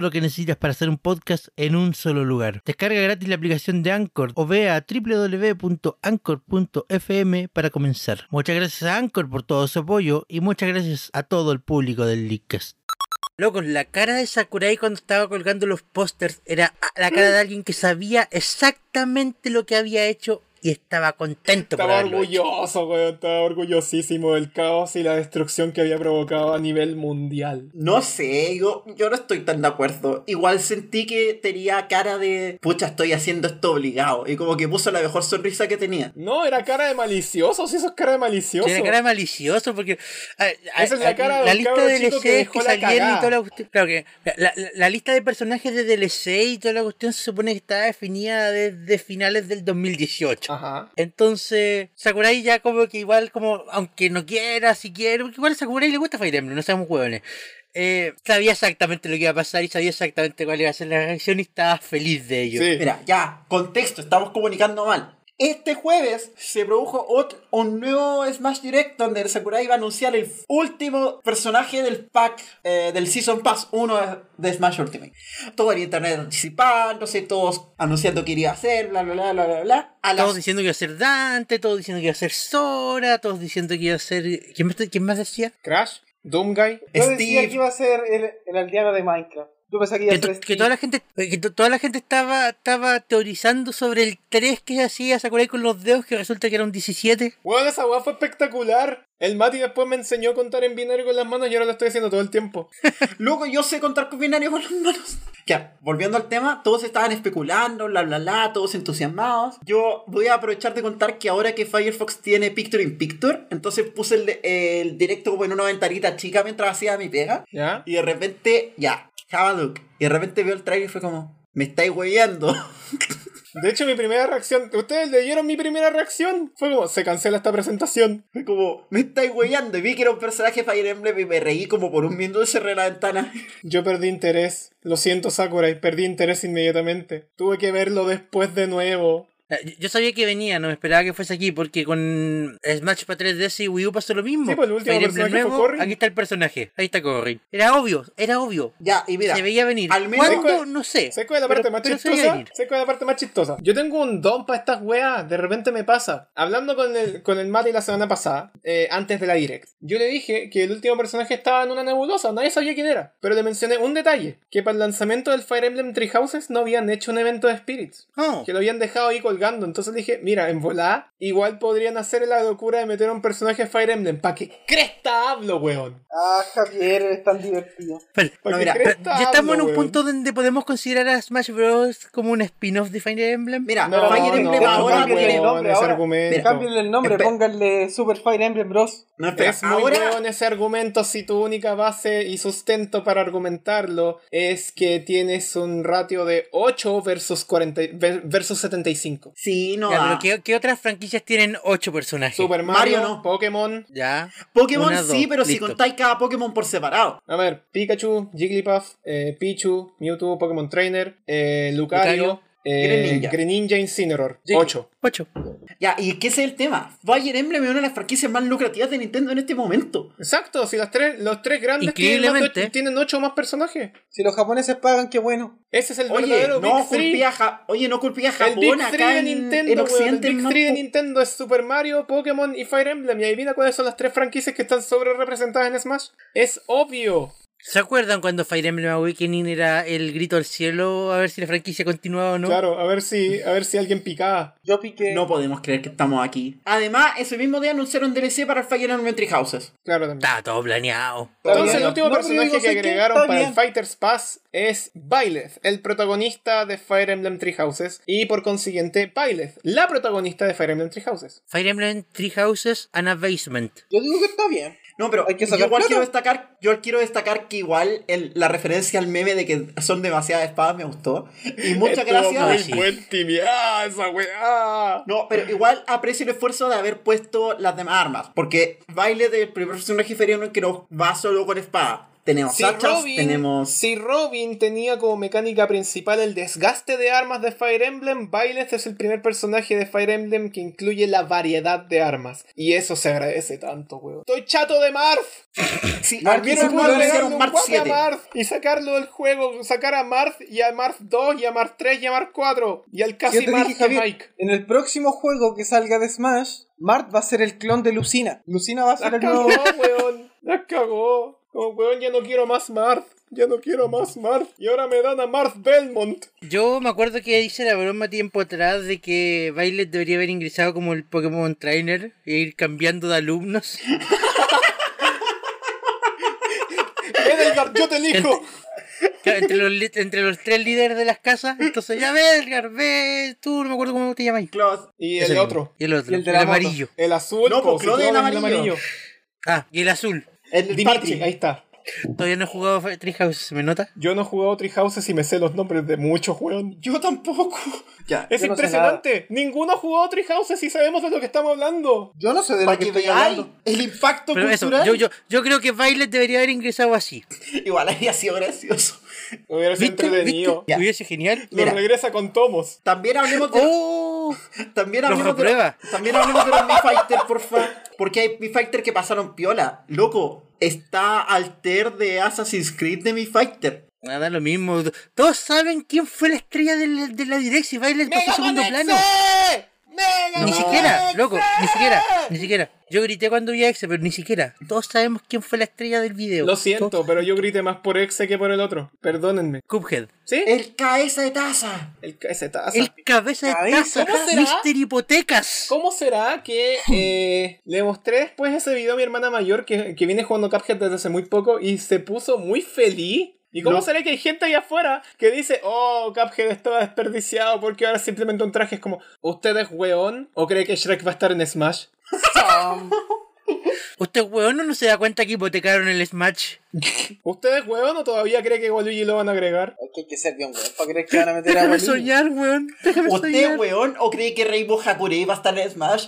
lo que necesitas para hacer un podcast en un solo lugar. Descarga gratis la aplicación de Anchor o ve a www.anchor.fm para comenzar. Muchas gracias a Anchor por todo su apoyo y muchas gracias a todo el público del Leadcast. Locos, la cara de Sakurai cuando estaba colgando los pósters era la cara de alguien que sabía exactamente lo que había hecho y estaba contento por Estaba haberlo hecho. orgulloso, weón. Estaba orgullosísimo del caos y la destrucción que había provocado a nivel mundial. No sé, yo, yo no estoy tan de acuerdo. Igual sentí que tenía cara de, pucha, estoy haciendo esto obligado. Y como que puso la mejor sonrisa que tenía. No, era cara de malicioso, sí, eso es cara de malicioso. Tiene cara de malicioso porque. ah, a- a- Esa es la a- cara de un lista cabro de chico DLCs que que, dejó la salieron y cagada. toda la cuestión. Claro que la, la- la lista de personajes de DLC y toda la cuestión se supone que está definida desde finales del 2018. Ajá. Entonces, Sakurai ya como que igual, como, aunque no quiera, si quiere, porque igual a Sakurai le gusta Fire Emblem, no seamos hueones. Eh, sabía exactamente lo que iba a pasar y sabía exactamente cuál iba a ser la reacción y estaba feliz de ello. Sí. Mira, ya, contexto, estamos comunicando mal. Este jueves se produjo ot- un nuevo Smash Direct donde el Sakurai iba a anunciar el último personaje del pack eh, del Season Pass 1 de Smash Ultimate. Todo el internet anticipándose, todos anunciando que iría a hacer, bla, bla, bla, bla, bla, bla. A las Todos diciendo que iba a ser Dante, todos diciendo que iba a ser Sora, todos diciendo que iba a ser. ¿Quién más, quién más decía? Crash, Doomguy. Yo decía Steve. que iba a ser el, el aldeano de Minecraft. Yo pensaba que iba Que, a ser to- que Steve. toda la gente, eh, que to- toda la gente estaba, estaba teorizando sobre el 3 que hacía Sakurai con los dedos, que resulta que era un 17. Weón, esa weá fue espectacular. El Mati después me enseñó a contar en binario con las manos y ahora lo estoy haciendo todo el tiempo. Luego yo sé contar con binarios con las manos. Ya, volviendo al tema, todos estaban especulando, bla, bla, bla, todos entusiasmados. Yo voy a aprovechar de contar que ahora que Firefox tiene Picture in Picture, entonces puse el, el directo como en una ventanita chica mientras hacía mi pega. ¿Ya? Y de repente, ya, have a look. Y de repente veo el trailer y fue como, me estáis hueveando. De hecho, mi primera reacción. Ustedes leyeron mi primera reacción. Fue como, se cancela esta presentación. Fue como, me estáis hueveando. Y vi que era un personaje Fire Emblem y me reí como por un minuto y cerré la ventana. Yo perdí interés. Lo siento, Sakurai. Perdí interés inmediatamente. Tuve que verlo después de nuevo. Eh, Yo sabía que venía, no me esperaba que fuese aquí, porque con Smash para 3DS y Wii U pasó lo mismo. Sí, pues, el último Fire Emblem personaje fue Corrin. Aquí está el personaje, ahí está Corrin. Era obvio, era obvio. Ya, y mira. se veía venir. al menos- ¿Cuándo? No sé. ¿Sabes cuál es la pero- parte más pero se veía chistosa? venir. ¿Sabes cuál es la parte más chistosa? Yo tengo un don para estas weas, de repente me pasa. Hablando con el, con el Mati la semana pasada, eh, antes de la direct, yo le dije que el último personaje estaba en una nebulosa, nadie sabía quién era. Pero le mencioné un detalle, que para el lanzamiento del Fire Emblem Three Houses no habían hecho un evento de Spirits. Oh. Que lo habían dejado ahí colgando. Entonces dije, mira, en volá, igual podrían hacer la locura de meter a un personaje de Fire Emblem. ¿Para qué cresta hablo, weón? Ah, Javier, es tan divertido. Pero- ¿Pa' No, qué mira, pero cresta ya estamos en hablo, un weón? punto donde podemos considerar a Smash Bros. como un spin-off de Fire Emblem. Mira, No, Fire no, Emblem no, ahora weón, tiene... el nombre ese ahora. argumento. Mira, Cámbienle el nombre, Espe- pónganle Super Fire Emblem Bros. No, espera, Es muy ahora... bueno ese argumento si tu única base y sustento para argumentarlo es que tienes un ratio de 8 versus, 40, ver- versus 75. Sí, no. ah. Ya, da. pero ¿qué, qué otras franquicias tienen ocho personajes? Super Mario Mario, no. Pokémon. Ya. Pokémon Una, sí, dos, pero si listo. contáis cada Pokémon por separado. A ver, Pikachu, Jigglypuff, eh, Pichu, Mewtwo, Pokémon Trainer, eh, Lucario, Lucario, eh, Greninja. Greninja. Incineroar. Sí. 8. Ocho. Ya, y que ese es el tema. Fire Emblem es una de las franquicias más lucrativas de Nintendo en este momento. Exacto, si las tres, los tres grandes tienen, más de- Increíblemente. tienen 8 más personajes. Si los japoneses pagan, qué bueno. Ese es el Oye, verdadero no Big Three. culpía a Ja- Oye, no culpía a El Big Japón acá Three de en, Nintendo, en weón. Occidente. El Big no, Three de po- Nintendo es Super Mario, Pokémon y Fire Emblem. Y adivina cuáles son las tres franquicias que están sobre representadas en Smash. Es obvio. ¿Se acuerdan cuando Fire Emblem Awakening era el grito al cielo a ver si la franquicia continuaba o no? Claro, a ver si, a ver si alguien picaba. Yo piqué. no podemos creer que estamos aquí. Además, ese mismo día anunciaron DLC para el Fire Emblem Three Houses. Claro también. Está todo planeado. Está Entonces bien. el último No, pero yo personaje digo, que sé que agregaron está para bien. el Fighters Pass es Byleth, el protagonista de Fire Emblem Three Houses y por consiguiente Byleth, la protagonista de Fire Emblem Three Houses. Fire Emblem Three Houses and a Basement. Yo digo que está bien. No, pero Hay que yo sacar igual plata. quiero destacar, yo quiero destacar que igual el- la referencia al meme de que son demasiadas espadas me gustó. Y muchas Estuvo gracias. Muy Ah, sí. buen Ah, tibia esa weá. No, pero igual aprecio el esfuerzo de haber puesto las demás armas. Porque baile del primer personaje inferior que no va solo con espada. Tenemos Si hachas, Robin, tenemos. si Robin tenía como mecánica principal el desgaste de armas de Fire Emblem, Byleth es el primer personaje de Fire Emblem que incluye la variedad de armas. Y eso se agradece tanto, weón. Estoy chato de Marth. Si Mark al Aquí Quiero se menos pudo no le poder agregar pegarle hicieron un Mark guate a 7. Marth y sacarlo del juego. Sacar a Marth y a Marth 2 y a Marth 3 y a Marth 4. Y al Yo casi te dije, Marth de Javier, Mike. en el próximo juego que salga de Smash, Mart va a ser el clon de Lucina. Lucina va a ser La el nuevo. cagó, weón. La cagó. Como, weón, ya no quiero más Marth. Ya no quiero más Marth. Y ahora me dan a Marth Belmont. Yo me acuerdo que hice la broma tiempo atrás de que Violet debería haber ingresado como el Pokémon Trainer e ir cambiando de alumnos. Edelgard, yo te elijo. Claro, entre, los, li- entre los tres líderes de las casas. Entonces, ya ve, Edgar, ve, tú, no me acuerdo cómo te llamas. Claude. Y Ese el mismo. otro. Y el otro. Y el de la moto. amarillo. El azul. No, po, pues, Claude si es el Claude es amarillo. Ah, y el azul. El Dimitri, Dimitri. ahí está. Todavía no he jugado a Treehouse, ¿se me nota? Yo no he jugado Three Houses y me sé los nombres de muchos, weón. Yo tampoco. Ya. Es Yo no sé impresionante. Ninguno ha jugado Three Houses y sabemos de lo que estamos hablando. Yo no sé de Para lo que que estoy veáis hablando. el impacto Pero eso, cultural. yo, yo, yo creo que Violet debería haber ingresado así. Igual habría sido gracioso. Hubiera sido ¿Viste? ¿Viste? entretenido. Ya. Hubiese genial. Lo Mira. regresa con tomos. También hablemos de. ¡Oh! También Los hablemos, de, reprueba. también hablemos de los Mi Fighter, porfa. Porque hay Mi Fighter que pasaron piola. Loco, está Alter de Assassin's Creed de Mi Fighter. Nada, Ah, lo mismo. Todos saben quién fue la estrella de la, de la Direct y Violet pasó a segundo plano. Ni siquiera, loco, ni siquiera, ni siquiera. Yo grité cuando vi a Exe, pero ni siquiera. Todos sabemos quién fue la estrella del video. Lo siento, Todos- pero yo grité más por Exe que por el otro. Perdónenme. Cuphead. ¿Sí? El cabeza de taza. El, ese taza. Eh, El cabeza de taza. Cabeza, ¿cómo será? Mister Hipotecas. ¿Cómo será que eh, le mostré después ese video a mi hermana mayor que, que viene jugando Cuphead desde hace muy poco y se puso muy feliz? ¿Y cómo No. será que hay gente allá afuera que dice, oh, Cuphead estaba desperdiciado porque ahora simplemente un traje es como, ¿usted es weón o cree que Shrek va a estar en Smash? ¿Usted, weón, no se da cuenta que hipotecaron el Smash? ¿Usted es weón o todavía cree que Waluigi lo van a agregar? Es que hay que ser bien, weón, para creer que van a meter a Déjame Bolivia. soñar, weón. Déjame ¿Usted, soñar. weón, o cree que Rainbow Hakure va a estar en Smash?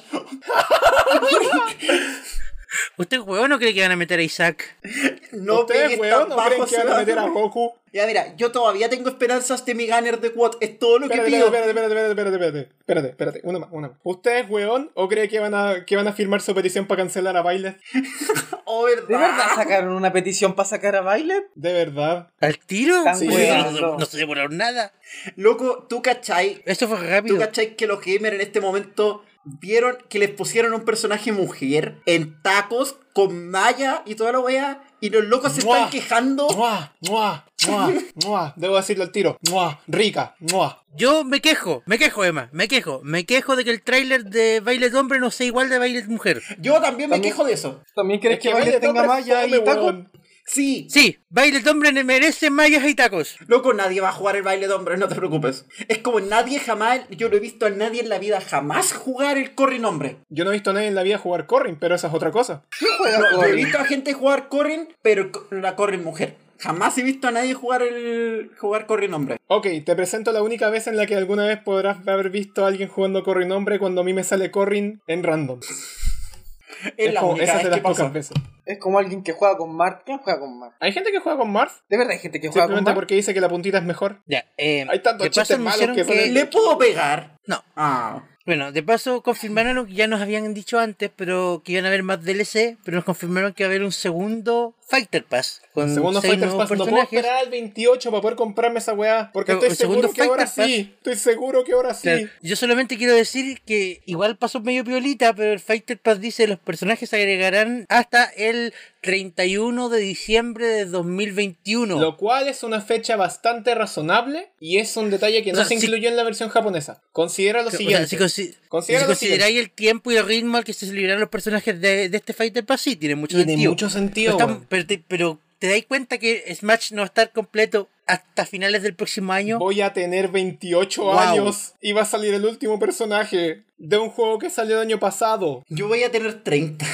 ¿Usted, weón, no cree que van a meter a Isaac? No ¿Usted pegues es tan weón o cree bajo, que van a Smash. meter a Goku? Ya, mira, yo todavía tengo esperanzas de mi Gunner de Quad. Es todo lo que Espérate, pido. espérate, espérate, espérate, espérate, espérate, espérate, espérate, una más, una más. ¿Usted es weón o cree que van a, que van a firmar su petición para cancelar a Baile? Oh, ¿De verdad verdad. sacaron una petición para sacar a baile? De verdad. ¿Al tiro? Tan Sí. weón, no, no. no se demoraron nada. Loco, tú cachai Esto fue ¿Tú rápido. cachai que los gamers en este momento vieron que les pusieron un personaje mujer en tacos con malla y toda la wea? Y los locos se ¡Mua! están quejando. ¡Mua! ¡Mua! ¡Mua! ¡Mua! Debo decirlo al tiro. ¡Mua! ¡Rica! ¡Mua! Yo me quejo, me quejo, Emma, me quejo. Me quejo de que el tráiler de Violet Hombre no sea igual de Violet Mujer. Yo también me También- quejo de eso. ¿También crees que, baile Violet tenga Hombre malla fome, y taco? weón. Sí, Sí, Violet Hombre ne- merece mallas y tacos. loco, nadie va a jugar el baile de hombres, no te preocupes. Es como nadie jamás, yo no he visto a nadie en la vida jamás jugar el corrin hombre. Yo no he visto a nadie en la vida jugar Corrin, pero esa es otra cosa. No, yo he Corrin? visto a gente jugar corrin, pero co- la corrin mujer. Jamás he visto a nadie jugar el jugar corrin hombre. Ok, te presento la única vez en la que alguna vez podrás haber visto a alguien jugando Corrin hombre cuando a mí me sale Corrin en random. Es, Es la como- única esa vez es de las que pasa. Eh, pocas veces. Es como alguien que juega con Mark. ¿Quién juega con Mark? Hay gente que juega con Marth De verdad hay gente que juega con simplemente Mark. porque dice que la puntita es mejor. Ya, eh, Hay tantos de paso chistes malos anunciaron que son el- ¿Le puedo pegar? No, Ah. bueno, de paso confirmaron lo que ya nos habían dicho antes, pero que iban a haber más DLC, pero nos confirmaron que va a haber un segundo Fighter Pass con Segundo seis Fighter nuevos Pass, no puedo personajes. esperar al 28 para poder comprarme esa weá. Porque Pero estoy el segundo seguro que ahora Fighter sí. Estoy seguro que ahora sí. Claro, Yo solamente quiero decir que igual pasó medio piolita, pero el Fighter Pass dice los personajes se agregarán hasta el 31 de diciembre de 2021. Lo cual es una fecha bastante razonable y es un detalle que O no sea, se si- incluyó en la versión japonesa. Considera lo O sea, siguiente. si, consi- Considera si lo consideráis el tiempo y el ritmo al que se liberan los personajes de, de este Fighter Pass, sí, tiene mucho Tiene sentido. mucho pero, sentido. estamos- weón. pero te, pero te dais cuenta que Smash no va a estar completo hasta finales del próximo año. Voy a tener 28 Wow. años y va a salir el último personaje de un juego que salió el año pasado. Yo voy a tener 30.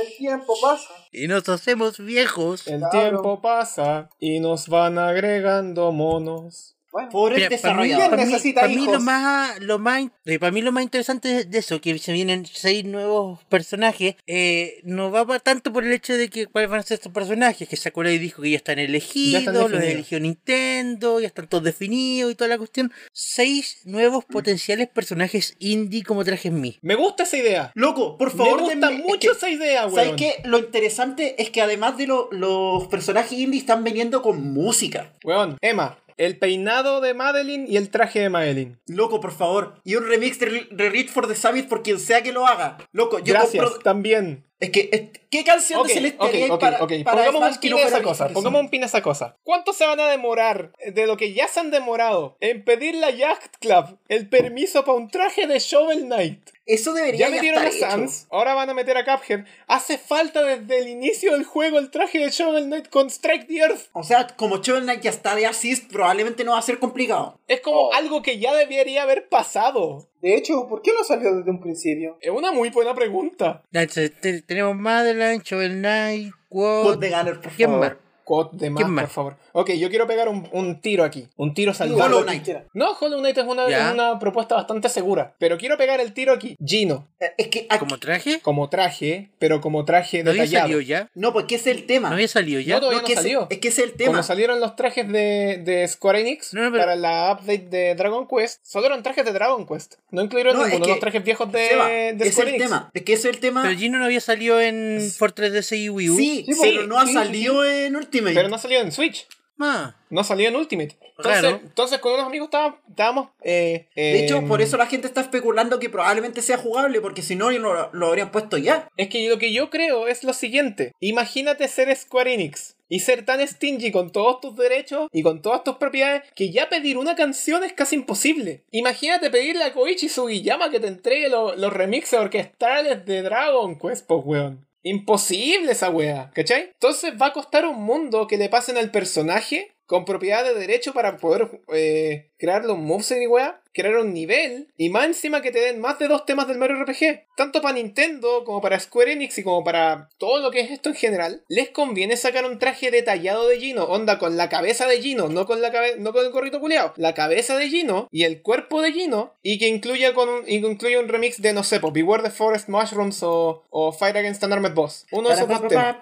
El tiempo pasa. Y nos hacemos viejos. El Claro. tiempo pasa y nos van agregando monos. Bueno, Pobres Mira, para mí- desarrolladores. para mí- necesita para mí hijos. lo más, lo más, in- eh, para mí lo más interesante de eso, que se vienen seis nuevos personajes, eh, no va pa- tanto por el hecho de que cuáles van a ser estos personajes, que Sakurai dijo que ya están elegidos, los definidos. eligió Nintendo, ya están todos definidos y toda la cuestión. Seis nuevos potenciales personajes indie como trajes mí. Me gusta esa idea. Loco, por Me favor, gusta denme- es mucho que- esa idea, ¿Sabes weón. qué? Lo interesante es que además de lo- los personajes indie están viniendo con música. Weón, Emma, el peinado de Madeline y el traje de Madeline. Loco, por favor. Y un remix de, de Reach for the Savage por quien sea que lo haga. Loco, yo Gracias, compro. también. Es que, es- ¿qué canción Ok, de Celeste ok, haría ok, para, ok. para Pongamos Smash un que pin no a fuera esa cosa. Victory Song? Pongamos un pin a esa cosa. ¿Cuánto se van a demorar de lo que ya se han demorado en pedirle a Yacht Club el permiso para un traje de Shovel Knight? Eso debería Ya ya metieron a estar hecho. Sans, ahora van a meter a Cuphead. Hace falta desde el inicio del juego el traje de Shovel Knight con Strike the Earth. O sea, como Shovel Knight ya está de assist, probablemente no va a ser complicado. Es como Oh. algo que ya debería haber pasado. De hecho, ¿por qué no salió desde un principio? Es una muy buena pregunta. Entonces, te- tenemos Madeline, Shovel Knight, Pod Quod. de Gunner, por ¿Quién más? favor. Quote de más, ¿Quién más? por favor. Ok, yo quiero pegar un, un tiro aquí. Un tiro salvado. Hollow Knight. Cualquiera. No, Hollow Knight es una, Ya. es una propuesta bastante segura. Pero quiero pegar el tiro aquí. Gino, Eh, Es que. aquí- ¿Como traje? como traje, pero como traje ¿No había detallado. salido ya? No, porque ese es el tema. ¿No había salido ya? No, todavía No, es que no ese- salió. es que ese es el tema. Cuando salieron los trajes de, de Square Enix No, no, pero- para la update de Dragon Quest, solo eran trajes de Dragon Quest. No incluyeron No, es ninguno de que- los trajes viejos de, Seba, de ese es Square el Enix. tema. Es que ese es el tema. Pero Gino no había salido en Fortress DC y Wii U. Sí, Sí, pero sí, no ha sí, salido en Ultimate. Pero no salió en Switch. Ah, No salió en Ultimate. Entonces, Raro. entonces con unos amigos estábamos. estábamos, eh, De hecho, em, por eso la gente está especulando que probablemente sea jugable, porque si no, lo, lo habrían puesto ya. Es que lo que yo creo es lo siguiente. Imagínate ser Square Enix y ser tan stingy con todos tus derechos y con todas tus propiedades que ya pedir una canción es casi imposible. Imagínate pedirle a Koichi Sugiyama que te entregue lo- los remixes orquestales de Dragon Quest, pues, weón. Imposible esa weá, ¿cachai? Entonces va a costar un mundo que le pasen al personaje con propiedad de derecho para poder eh, crear los moveset y weá, crear un nivel y más encima que te den más de dos temas del Mario RPG. Tanto para Nintendo como para Square Enix y como para todo lo que es esto en general, les conviene sacar un traje detallado de Gino, onda con la cabeza de Gino, no con la cabe- no con el gorrito culeado, la cabeza de Gino y el cuerpo de Gino y que incluya con un, y que incluya un remix de no sé, pues, Beware the Forest Mushrooms o, o Fight Against an Armored Boss. Uno de esos dos temas.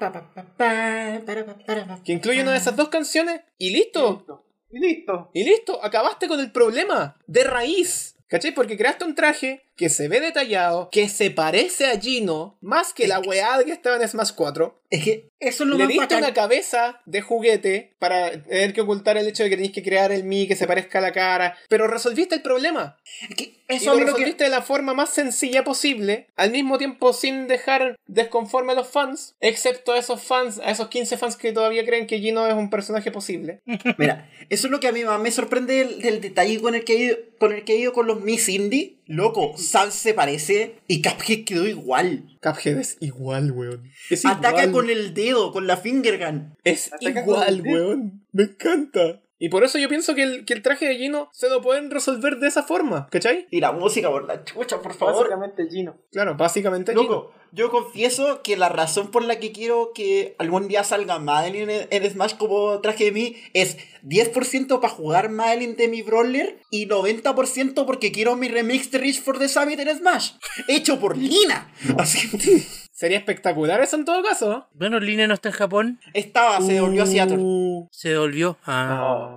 Que incluye una de esas dos canciones y listo. Y listo. Y listo, acabaste con el problema de raíz. ¿Cachai? Porque creaste un traje que se ve detallado, que se parece a Gino, más que la weá que estaba en Smash 4. Es que eso es lo Le más diste bacán. una cabeza de juguete para tener que ocultar el hecho de que tenías que crear el Mi que se parezca a la cara. Pero resolviste el problema. Es que Y eso a lo mí lo que- resolviste de la forma más sencilla posible, al mismo tiempo sin dejar desconforme a los fans, excepto a esos fans, a esos 15 fans que todavía creen que Gino es un personaje posible. Mm. Mira, eso es lo que a mí más me sorprende del, del detalle con el, que he ido, con el que he ido con los Miss Indie. Loco, Sans se parece y Cuphead quedó igual. Cuphead es igual, weón. Es Ataca igual. con el dedo, con la finger gun. Es Ataca igual, con el- weón. Me encanta. Y por eso yo pienso que el, que el traje de Gino se lo pueden resolver de esa forma, ¿cachai? Y la música por la chucha, por favor. Básicamente Gino. Claro, básicamente Gino. Loco, yo confieso que la razón por la que quiero que algún día salga Madeline en, en Smash como traje de mí es 10% para jugar Madeline de mi brawler y 90% porque quiero mi remix de Reach for the Summit en Smash, hecho por Lina. Así que Sería espectacular eso en todo caso. bueno, Line no está en Japón. estaba, se devolvió a Seattle. Uh, Se volvió. Ah. ah.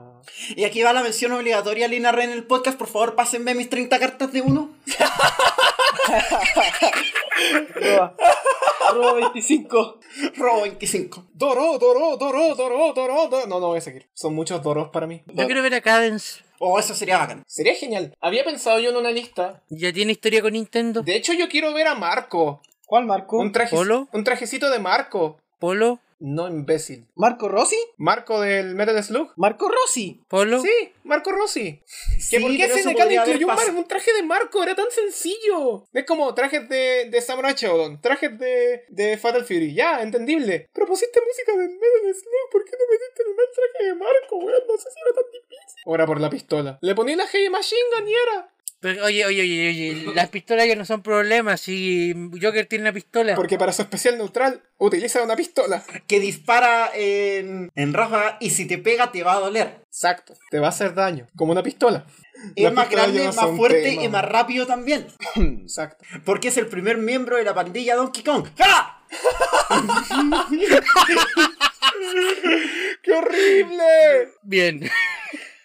Y aquí va la mención obligatoria a Lina Rey en el podcast. Por favor, pásenme mis 30 cartas de uno. Arroba. Arroba 25. Robo 25. Doró, doró, doró, doró, doró, doró. No, no voy a seguir. Son muchos doros para mí. Yo quiero ver a Cadence. Oh, eso sería bacán. Sería genial. Había pensado yo en una lista. ¿Ya tiene historia con Nintendo? De hecho, yo quiero ver a Marco. ¿Cuál Marco? Un, traje, ¿Polo? un trajecito de Marco. ¿Polo? No, imbécil. ¿Marco Rossi? Marco del Metal Slug. ¿Marco Rossi? ¿Polo? Sí, Marco Rossi. Sí, Que por qué pero eso SNK le podría haber incluyó un, pas- mar- un traje de Marco, era tan sencillo. Es como trajes de, de Samurai Shodown, trajes de, de Fatal Fury, ya, entendible. Pero pusiste música del Metal Slug, ¿por qué no metiste el mal traje de Marco, weón? No sé si era tan difícil. Ahora por la pistola. Le poní la Heavy Machine Gun y era. Pero, oye, oye, oye, oye, las pistolas ya no son problemas. Si Joker tiene una pistola. Porque para su especial neutral, utiliza una pistola. Que dispara en, en ráfaga y si te pega te va a doler. Exacto. Te va a hacer daño, como una pistola. Es Las más pistolas grande, ya no más son fuerte tema, y más weón. rápido también. Exacto. Porque es el primer miembro de la pandilla Donkey Kong. ¡Ja! ¡Qué horrible! Bien.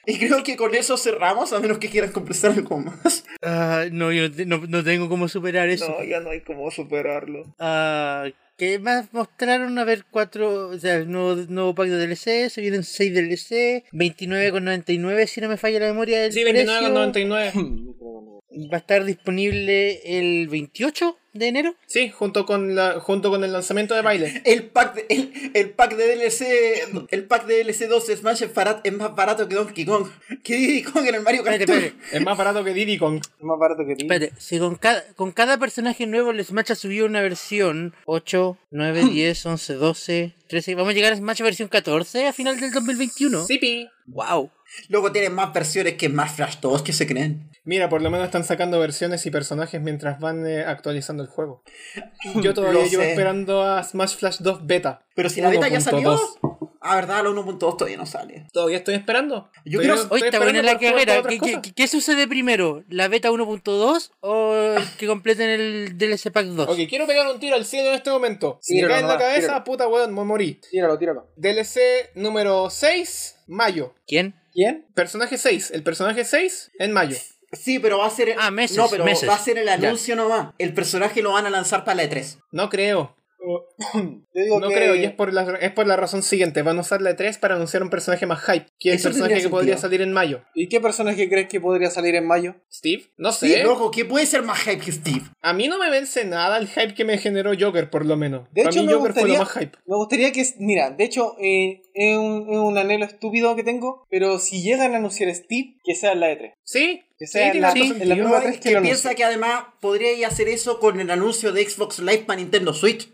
Y creo que con eso cerramos, a menos que quieran conversar algo más. Ah, no, yo no te- no, no tengo cómo superar eso. ya no hay cómo superarlo. Ah, ¿Qué más mostraron? A ver, cuatro, o sea, el nuevo, nuevo pack de DLC, se vienen 6 DLC, 29,99 si no me falla la memoria. del Sí, precio. 29,99. Va a estar disponible el 28 de enero. Sí, junto con, la, junto con el lanzamiento de baile. El pack de, el, el pack de DLC el pack de DLC 2 de Smash es, barat- es más barato que Donkey Kong. Que Diddy Kong en el Mario Kart. Tour. Espérate, espérate. Es más barato que Diddy Kong. Más barato que ti. Espérate, si con cada, con cada personaje nuevo el Smash ha subido una versión 8, 9, Hmm. 10, 11, 12, 13. Vamos a llegar a Smash versión 14 a final del 2021. Sipi. ¡Wow! Luego tienen más versiones que más Flash 2 que se creen. Mira, por lo menos están sacando versiones y personajes mientras van eh, actualizando el juego. Yo todavía Lo llevo sé. esperando a Smash Flash 2 beta. Pero si la beta ya salió. 1.2. Ah, verdad, la 1.2 todavía no sale. Todavía estoy esperando. Yo Todavía creo- estoy Hoy está buena esperando la para jugar carrera. todas otras ¿Qué, qué, cosas. qué sucede primero? ¿La beta 1.2 o que completen el DLC Pack 2? Ok, quiero pegar un tiro al cielo en este momento. Si me Tíralo cae en la nomás, cabeza, tíralo. puta weón, me morí. Tíralo, tíralo. DLC número 6, mayo. ¿Quién? ¿Quién? Personaje 6, el personaje 6 en mayo. Sí, pero va a ser. Ah, meses, no, pero meses. va a ser el anuncio nomás. El personaje lo van a lanzar para la E E3. No creo, Yo digo no que- creo, y es por, la, es por la razón siguiente. Van a usar la E3 para anunciar un personaje más hype, que es el Eso personaje que tendría podría sentido. salir en mayo. ¿Y qué personaje crees que podría salir en mayo? ¿Steve? No sé. Sí, ¿Eh? loco, ¿qué puede ser más hype que Steve? A mí no me vence nada el hype que me generó Joker, por lo menos. De Para hecho, mí me Joker fue gustaría- lo más hype. Me gustaría que, mira, de hecho, eh, es, un, es un anhelo estúpido que tengo, pero si llegan a anunciar Steve, que sea en la E E3. ¿Sí? Que Sí, sea en, tiene la, harto en la sentido. misma E3 que que lo piensa anuncie. que además podría hacer eso con el anuncio de Xbox Live para Nintendo Switch.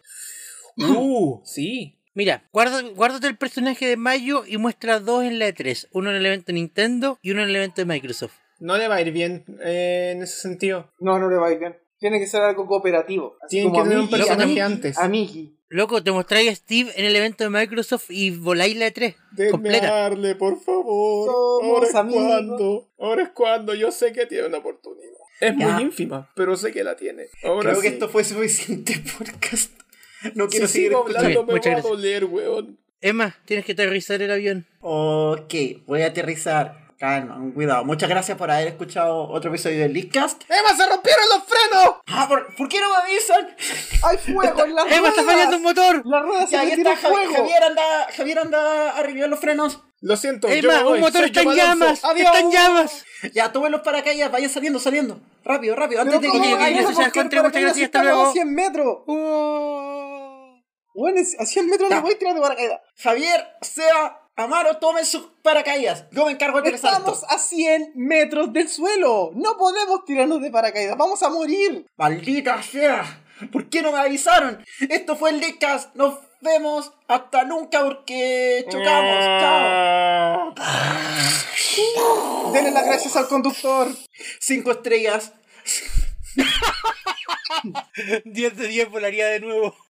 Uh, sí. Mira, guarda- guárdate el personaje de Mayo y muestra dos en la E3. Uno en el evento Nintendo y uno en el evento de Microsoft. No le va a ir bien eh, en ese sentido. No, no le va a ir bien. Tiene que ser algo cooperativo. así Tienen que como tener un Amigi, personaje Amigi, antes. Amigi. Loco, te mostráis a Steve en el evento de Microsoft y voláis la E3. Denme completa. a Arle, por favor. Somos Ahora es amigos. cuando. Ahora es cuando. Yo sé que tiene una oportunidad. Es Ya. muy ínfima, pero sé que la tiene. Ahora Creo sí. que esto fue suficiente podcast. No Si quiero seguir sigo Muy hablando bien, me muchas va a gracias. doler, weón. Emma, tienes que aterrizar el avión. Ok, voy a aterrizar. Calma, con cuidado. Muchas gracias por haber escuchado otro episodio del Leadcast. ¡Emma, se rompieron los frenos! Ah, ¿por, por qué no me avisan? ¡Hay fuego en las ruedas! ¡Emma, está Ah, fallando un motor! ¡Las Ya, ruedas se ahí le tiene está Javi- fuego! Javier anda, Javier anda arriba de los frenos. Lo siento, yo me Emma, voy. un motor Soy está en Jovan Alonso. llamas. ¡Adiós! Está en llamas. Ya, tomen los paracaídas, vayan saliendo, saliendo. Rápido, rápido, antes de Pero que ¿cómo llegue ok, ok, van a alguien. eso ir se sea, a cualquier encuentre, muchas paracaídas gracias, si hasta estamos luego. a 100 metros! Bueno, es- a 100 metros Ya. no voy a tirar de paracaídas. Javier, Seba, Amaro, tomen sus paracaídas. Yo me encargo de aterrizar Estamos esto. a 100 metros del suelo. No podemos tirarnos de paracaídas. Vamos a morir. Maldita sea. ¿Por qué no me avisaron? Esto fue el Leadcast. Nos vemos hasta nunca porque chocamos. Eh. Chao. Ah. Denle las gracias al conductor. Cinco estrellas. 10 de 10 volaría de nuevo.